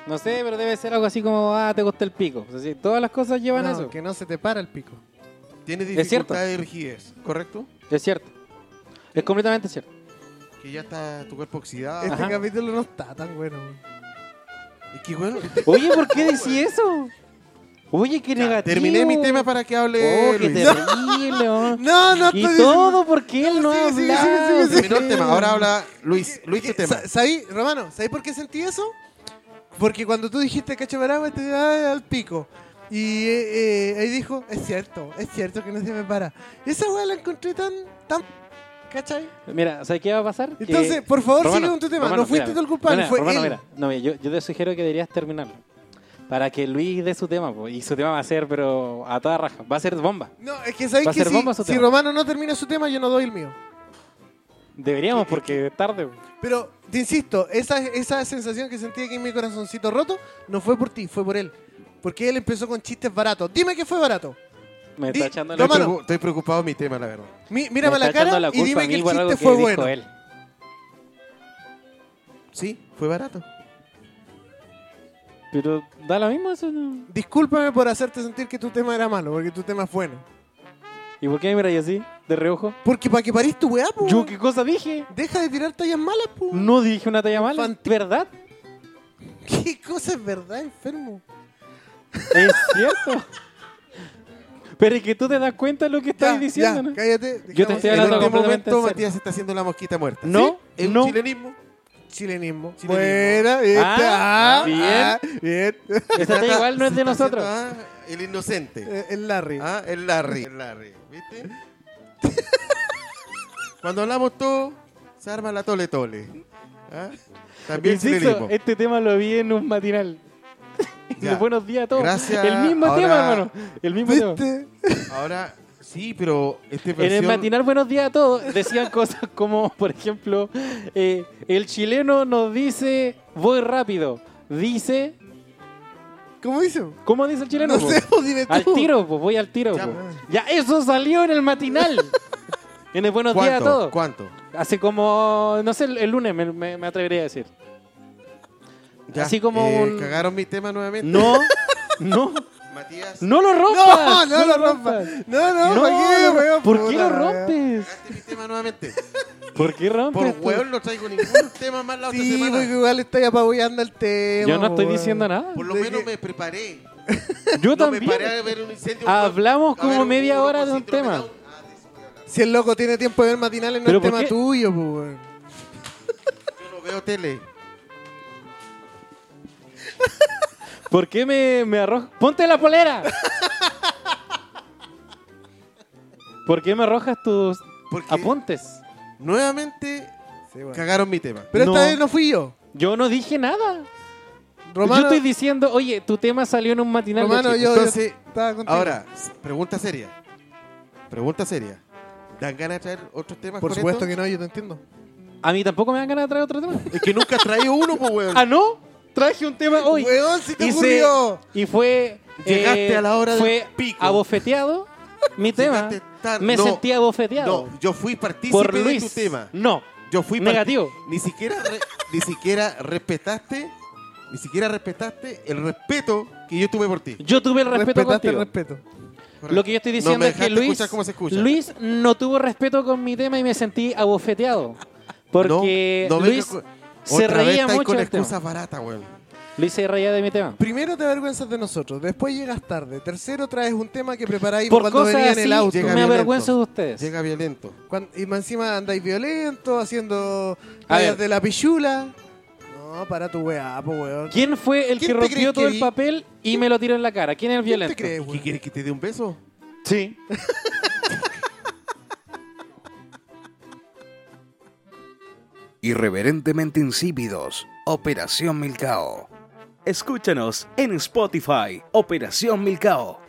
Speaker 4: No sé, pero debe ser algo así como, ah, te costó el pico. O sea, sí, todas las cosas llevan
Speaker 2: No,
Speaker 4: a eso.
Speaker 2: Que no se te para el pico.
Speaker 3: Tiene
Speaker 4: Es cierto.
Speaker 3: dificultad de rigidez, ¿correcto?
Speaker 4: Es cierto. Es completamente cierto.
Speaker 3: Que ya está tu cuerpo oxidado.
Speaker 2: Este
Speaker 4: Ajá.
Speaker 2: capítulo no está tan bueno.
Speaker 3: Es que bueno.
Speaker 4: Oye, ¿por qué decís eso? Oye, qué
Speaker 3: ya,
Speaker 4: negativo.
Speaker 3: terminé mi tema para que hable
Speaker 4: Oh, qué
Speaker 3: Luis.
Speaker 4: terrible. ¿no?
Speaker 2: No, no
Speaker 4: Y
Speaker 2: estoy
Speaker 4: todo porque él no ha
Speaker 2: Sigue, sigue, sigue,
Speaker 4: hablado.
Speaker 2: sigue, sigue.
Speaker 3: Terminó el tema, ahora habla Luis. Luis, tu tema.
Speaker 2: Eh, Sa- ¿Sabí, Romano? ¿Sabí por qué sentí eso? Porque cuando tú dijiste cachaparagua te da al pico. Y eh, eh, ahí dijo, es cierto, es cierto que no se me para. Esa weá la encontré tan, tan... ¿Cachai?
Speaker 4: Mira, ¿sabes qué va a pasar? Que-
Speaker 2: Entonces, por favor,
Speaker 4: Romano,
Speaker 2: sigue con tu tema.
Speaker 4: Romano,
Speaker 2: no fuiste
Speaker 4: mira,
Speaker 2: tú el culpable,
Speaker 4: mira,
Speaker 2: fue
Speaker 4: Romano,
Speaker 2: él.
Speaker 4: mira. No, mira, yo, yo te sugiero que deberías terminarlo. Para que Luis dé su tema, po, y su tema va a ser, pero a toda raja. Va a ser bomba.
Speaker 2: No, es que
Speaker 4: ¿Va
Speaker 2: sabéis
Speaker 4: a
Speaker 2: que
Speaker 4: ser bomba
Speaker 2: si,
Speaker 4: su
Speaker 2: si
Speaker 4: tema?
Speaker 2: Romano no termina su tema, yo no doy el mío.
Speaker 4: Deberíamos, porque es tarde. po.
Speaker 2: Pero, te insisto, esa, esa sensación que sentí aquí en mi corazoncito roto no fue por ti, fue por él. Porque él empezó con chistes baratos. Dime que fue barato.
Speaker 4: Me
Speaker 2: Di-
Speaker 4: está echando la
Speaker 3: Estoy,
Speaker 2: Romano.
Speaker 3: preocu- estoy preocupado de mi tema, la verdad.
Speaker 2: Mi-
Speaker 4: me
Speaker 2: mírame
Speaker 4: está
Speaker 2: la cara
Speaker 4: echando la
Speaker 2: y
Speaker 4: culpa a
Speaker 2: dime que
Speaker 4: mí
Speaker 2: el
Speaker 4: por algo
Speaker 2: chiste
Speaker 4: que
Speaker 2: fue
Speaker 4: dijo
Speaker 2: bueno.
Speaker 4: él.
Speaker 3: Sí, fue barato.
Speaker 4: Pero da lo mismo eso. no?
Speaker 2: Discúlpame por hacerte sentir que tu tema era malo, porque tu tema es bueno.
Speaker 4: ¿Y por qué me miráis así, de reojo?
Speaker 2: Porque para que parís tu weá, po.
Speaker 4: ¿Yo qué cosa dije?
Speaker 2: Deja de tirar tallas malas, po.
Speaker 4: No dije una talla mala.
Speaker 2: Infantil.
Speaker 4: ¿Verdad?
Speaker 2: ¿Qué cosa es verdad, enfermo?
Speaker 4: Es cierto. Pero es que tú te das cuenta de lo que estás
Speaker 2: Ya,
Speaker 4: diciendo,
Speaker 2: ya,
Speaker 4: ¿no?
Speaker 2: cállate.
Speaker 4: Yo te
Speaker 2: dejamos
Speaker 4: estoy
Speaker 2: el
Speaker 3: en
Speaker 4: hablando
Speaker 3: este momento
Speaker 4: completamente en serio.
Speaker 3: Matías está haciendo la mosquita muerta.
Speaker 4: No,
Speaker 3: ¿Sí? ¿Es
Speaker 4: no.
Speaker 3: un chilenismo?
Speaker 2: Chilenismo.
Speaker 3: Chilenismo.
Speaker 2: Buena, bien,
Speaker 4: Ah,
Speaker 2: ah,
Speaker 4: bien.
Speaker 2: ah, bien.
Speaker 4: Esa talla
Speaker 3: Está-
Speaker 4: igual no es
Speaker 3: se
Speaker 4: de
Speaker 3: está
Speaker 4: nosotros.
Speaker 3: haciendo, ah, el inocente.
Speaker 2: Eh, El Larry.
Speaker 3: Ah, el Larry. El Larry, ¿viste? Cuando hablamos todo, se arma la tole tole. ¿Ah? También
Speaker 4: Insisto,
Speaker 3: chilenismo.
Speaker 4: este tema lo vi en un matinal.
Speaker 3: Ya.
Speaker 4: Buenos días a todos.
Speaker 3: Gracias.
Speaker 4: El mismo
Speaker 3: Ahora-
Speaker 4: tema, hermano. El mismo tema.
Speaker 2: ¿Viste?
Speaker 3: Ahora, sí, pero este
Speaker 4: En el
Speaker 3: versión...
Speaker 4: matinal Buenos días a todos decían cosas como, por ejemplo, eh, el chileno nos dice, voy rápido. Dice,
Speaker 2: ¿Cómo hizo?
Speaker 4: ¿cómo dice el chileno?
Speaker 2: No
Speaker 4: po?
Speaker 2: sé, po, dime tú.
Speaker 4: pues. Al tiro, pues voy al tiro.
Speaker 3: Ya,
Speaker 4: po.
Speaker 3: pues.
Speaker 4: Ya, eso salió en el matinal. en el Buenos días a
Speaker 3: ¿Cuánto?
Speaker 4: todos.
Speaker 3: ¿Cuánto?
Speaker 4: Hace como, no sé, el, el lunes me, me- me atrevería a decir.
Speaker 3: Ya,
Speaker 4: Así como
Speaker 3: eh,
Speaker 4: un-
Speaker 3: Cagaron mi tema nuevamente.
Speaker 4: No, no,
Speaker 3: Matías,
Speaker 4: no lo
Speaker 2: No,
Speaker 4: rompas.
Speaker 2: no lo rompas. No, no,
Speaker 4: No,
Speaker 2: ¿pa' qué,
Speaker 4: no,
Speaker 2: weón?
Speaker 4: ¿Por qué
Speaker 2: Puta,
Speaker 4: lo
Speaker 2: weón.
Speaker 4: rompes?
Speaker 3: cagaste mi tema nuevamente.
Speaker 4: ¿Por qué rompes?
Speaker 3: Por
Speaker 4: tú?
Speaker 3: hueón no traigo ningún tema más la otra
Speaker 2: Sí,
Speaker 3: semana.
Speaker 2: porque igual estáis apabullando el tema. pues,
Speaker 4: Yo no estoy
Speaker 2: weón.
Speaker 4: diciendo nada.
Speaker 3: Por lo
Speaker 2: de
Speaker 3: menos
Speaker 2: que-
Speaker 3: me preparé.
Speaker 4: Yo
Speaker 3: no me
Speaker 4: también.
Speaker 3: paré a ver un incendio.
Speaker 4: Hablamos
Speaker 3: a
Speaker 4: como
Speaker 3: ver un-
Speaker 4: media
Speaker 3: uno
Speaker 4: hora
Speaker 3: con
Speaker 4: de un
Speaker 3: síndrome
Speaker 4: tema.
Speaker 3: Down. Ah, de eso voy a hablar.
Speaker 2: Si el loco tiene tiempo de ver matinales, no
Speaker 4: ¿Pero
Speaker 2: es
Speaker 4: por
Speaker 2: tema
Speaker 4: qué?
Speaker 2: tuyo, pues, weón.
Speaker 3: Ah, Yo no veo tele.
Speaker 4: ¿Por qué me, me arrojas? ¡Ponte la polera! ¿Por qué me arrojas tus
Speaker 3: Porque
Speaker 4: apuntes?
Speaker 3: nuevamente
Speaker 2: Sí, weón.
Speaker 3: cagaron mi tema.
Speaker 2: Pero
Speaker 4: No.
Speaker 2: esta vez no fui yo.
Speaker 4: Yo no dije nada.
Speaker 2: Romano,
Speaker 4: Yo estoy diciendo, oye, tu tema salió en un matinal. de
Speaker 2: Romano,
Speaker 4: Chile".
Speaker 2: yo, yo
Speaker 3: Entonces,
Speaker 2: estaba contigo.
Speaker 3: Ahora, s- pregunta seria. Pregunta seria. ¿Dan ganas de traer otros temas?
Speaker 2: Por supuesto que no, yo te entiendo.
Speaker 4: A mí tampoco me dan ganas de traer otro tema.
Speaker 3: que Es que nunca has traído uno, pues, weón.
Speaker 4: ¿Ah, no? Traje un tema hoy.
Speaker 2: Weón, si te
Speaker 4: Y, se-
Speaker 2: ocurrió.
Speaker 4: y fue. eh,
Speaker 3: Llegaste a la hora del
Speaker 4: Fue
Speaker 3: pico.
Speaker 4: abofeteado mi tema.
Speaker 3: Llegaste tarde.
Speaker 4: Me
Speaker 3: No,
Speaker 4: sentí abofeteado.
Speaker 3: No, yo fui partícipe
Speaker 4: por
Speaker 3: de
Speaker 4: Luis.
Speaker 3: tu tema.
Speaker 4: No.
Speaker 3: Yo fui
Speaker 4: Negativo.
Speaker 3: parti- Ni siquiera, re- ni siquiera respetaste, ni siquiera respetaste el respeto que yo tuve por ti.
Speaker 4: Yo tuve el respeto
Speaker 2: Respetaste
Speaker 4: contigo.
Speaker 2: el respeto.
Speaker 4: Lo que yo estoy diciendo
Speaker 3: no me
Speaker 4: es que
Speaker 3: dejaste
Speaker 4: Luis,
Speaker 3: escuchar cómo se escucha.
Speaker 4: Luis no tuvo respeto con mi tema y me sentí abofeteado. Porque
Speaker 3: No, no venga
Speaker 4: Luis
Speaker 3: con-
Speaker 4: se
Speaker 3: Otra vez
Speaker 4: reía
Speaker 3: estáis
Speaker 4: mucho
Speaker 3: con
Speaker 4: del tema.
Speaker 3: excusas baratas, weón.
Speaker 4: Luis se reía de mi tema.
Speaker 2: Primero te avergüenzas de nosotros, después llegas tarde. Tercero traes un tema que preparáis
Speaker 4: Por
Speaker 2: cuando
Speaker 4: cosas
Speaker 2: venía en
Speaker 4: así,
Speaker 2: el auto.
Speaker 3: Llega
Speaker 4: me
Speaker 3: violento.
Speaker 4: avergüenzo de ustedes.
Speaker 3: Llega violento.
Speaker 2: Cuan- y más encima andáis violento, haciendo
Speaker 4: A
Speaker 2: rayas
Speaker 4: ver.
Speaker 2: de la pichula. No, para tu weá, po weón.
Speaker 4: ¿Quién fue
Speaker 3: ¿Quién
Speaker 4: el que
Speaker 3: te crees
Speaker 4: rompió todo
Speaker 3: que
Speaker 4: el
Speaker 3: vi?
Speaker 4: papel y me lo tiró en la cara? ¿Quién es el
Speaker 2: ¿Quién
Speaker 4: violento?
Speaker 2: te crees,
Speaker 3: ¿Qué
Speaker 2: weón?
Speaker 3: quieres que te dé un beso?
Speaker 4: Sí.
Speaker 1: Irreverentemente insípidos. Operación Milcao. Escúchanos en Spotify. Operación Milcao.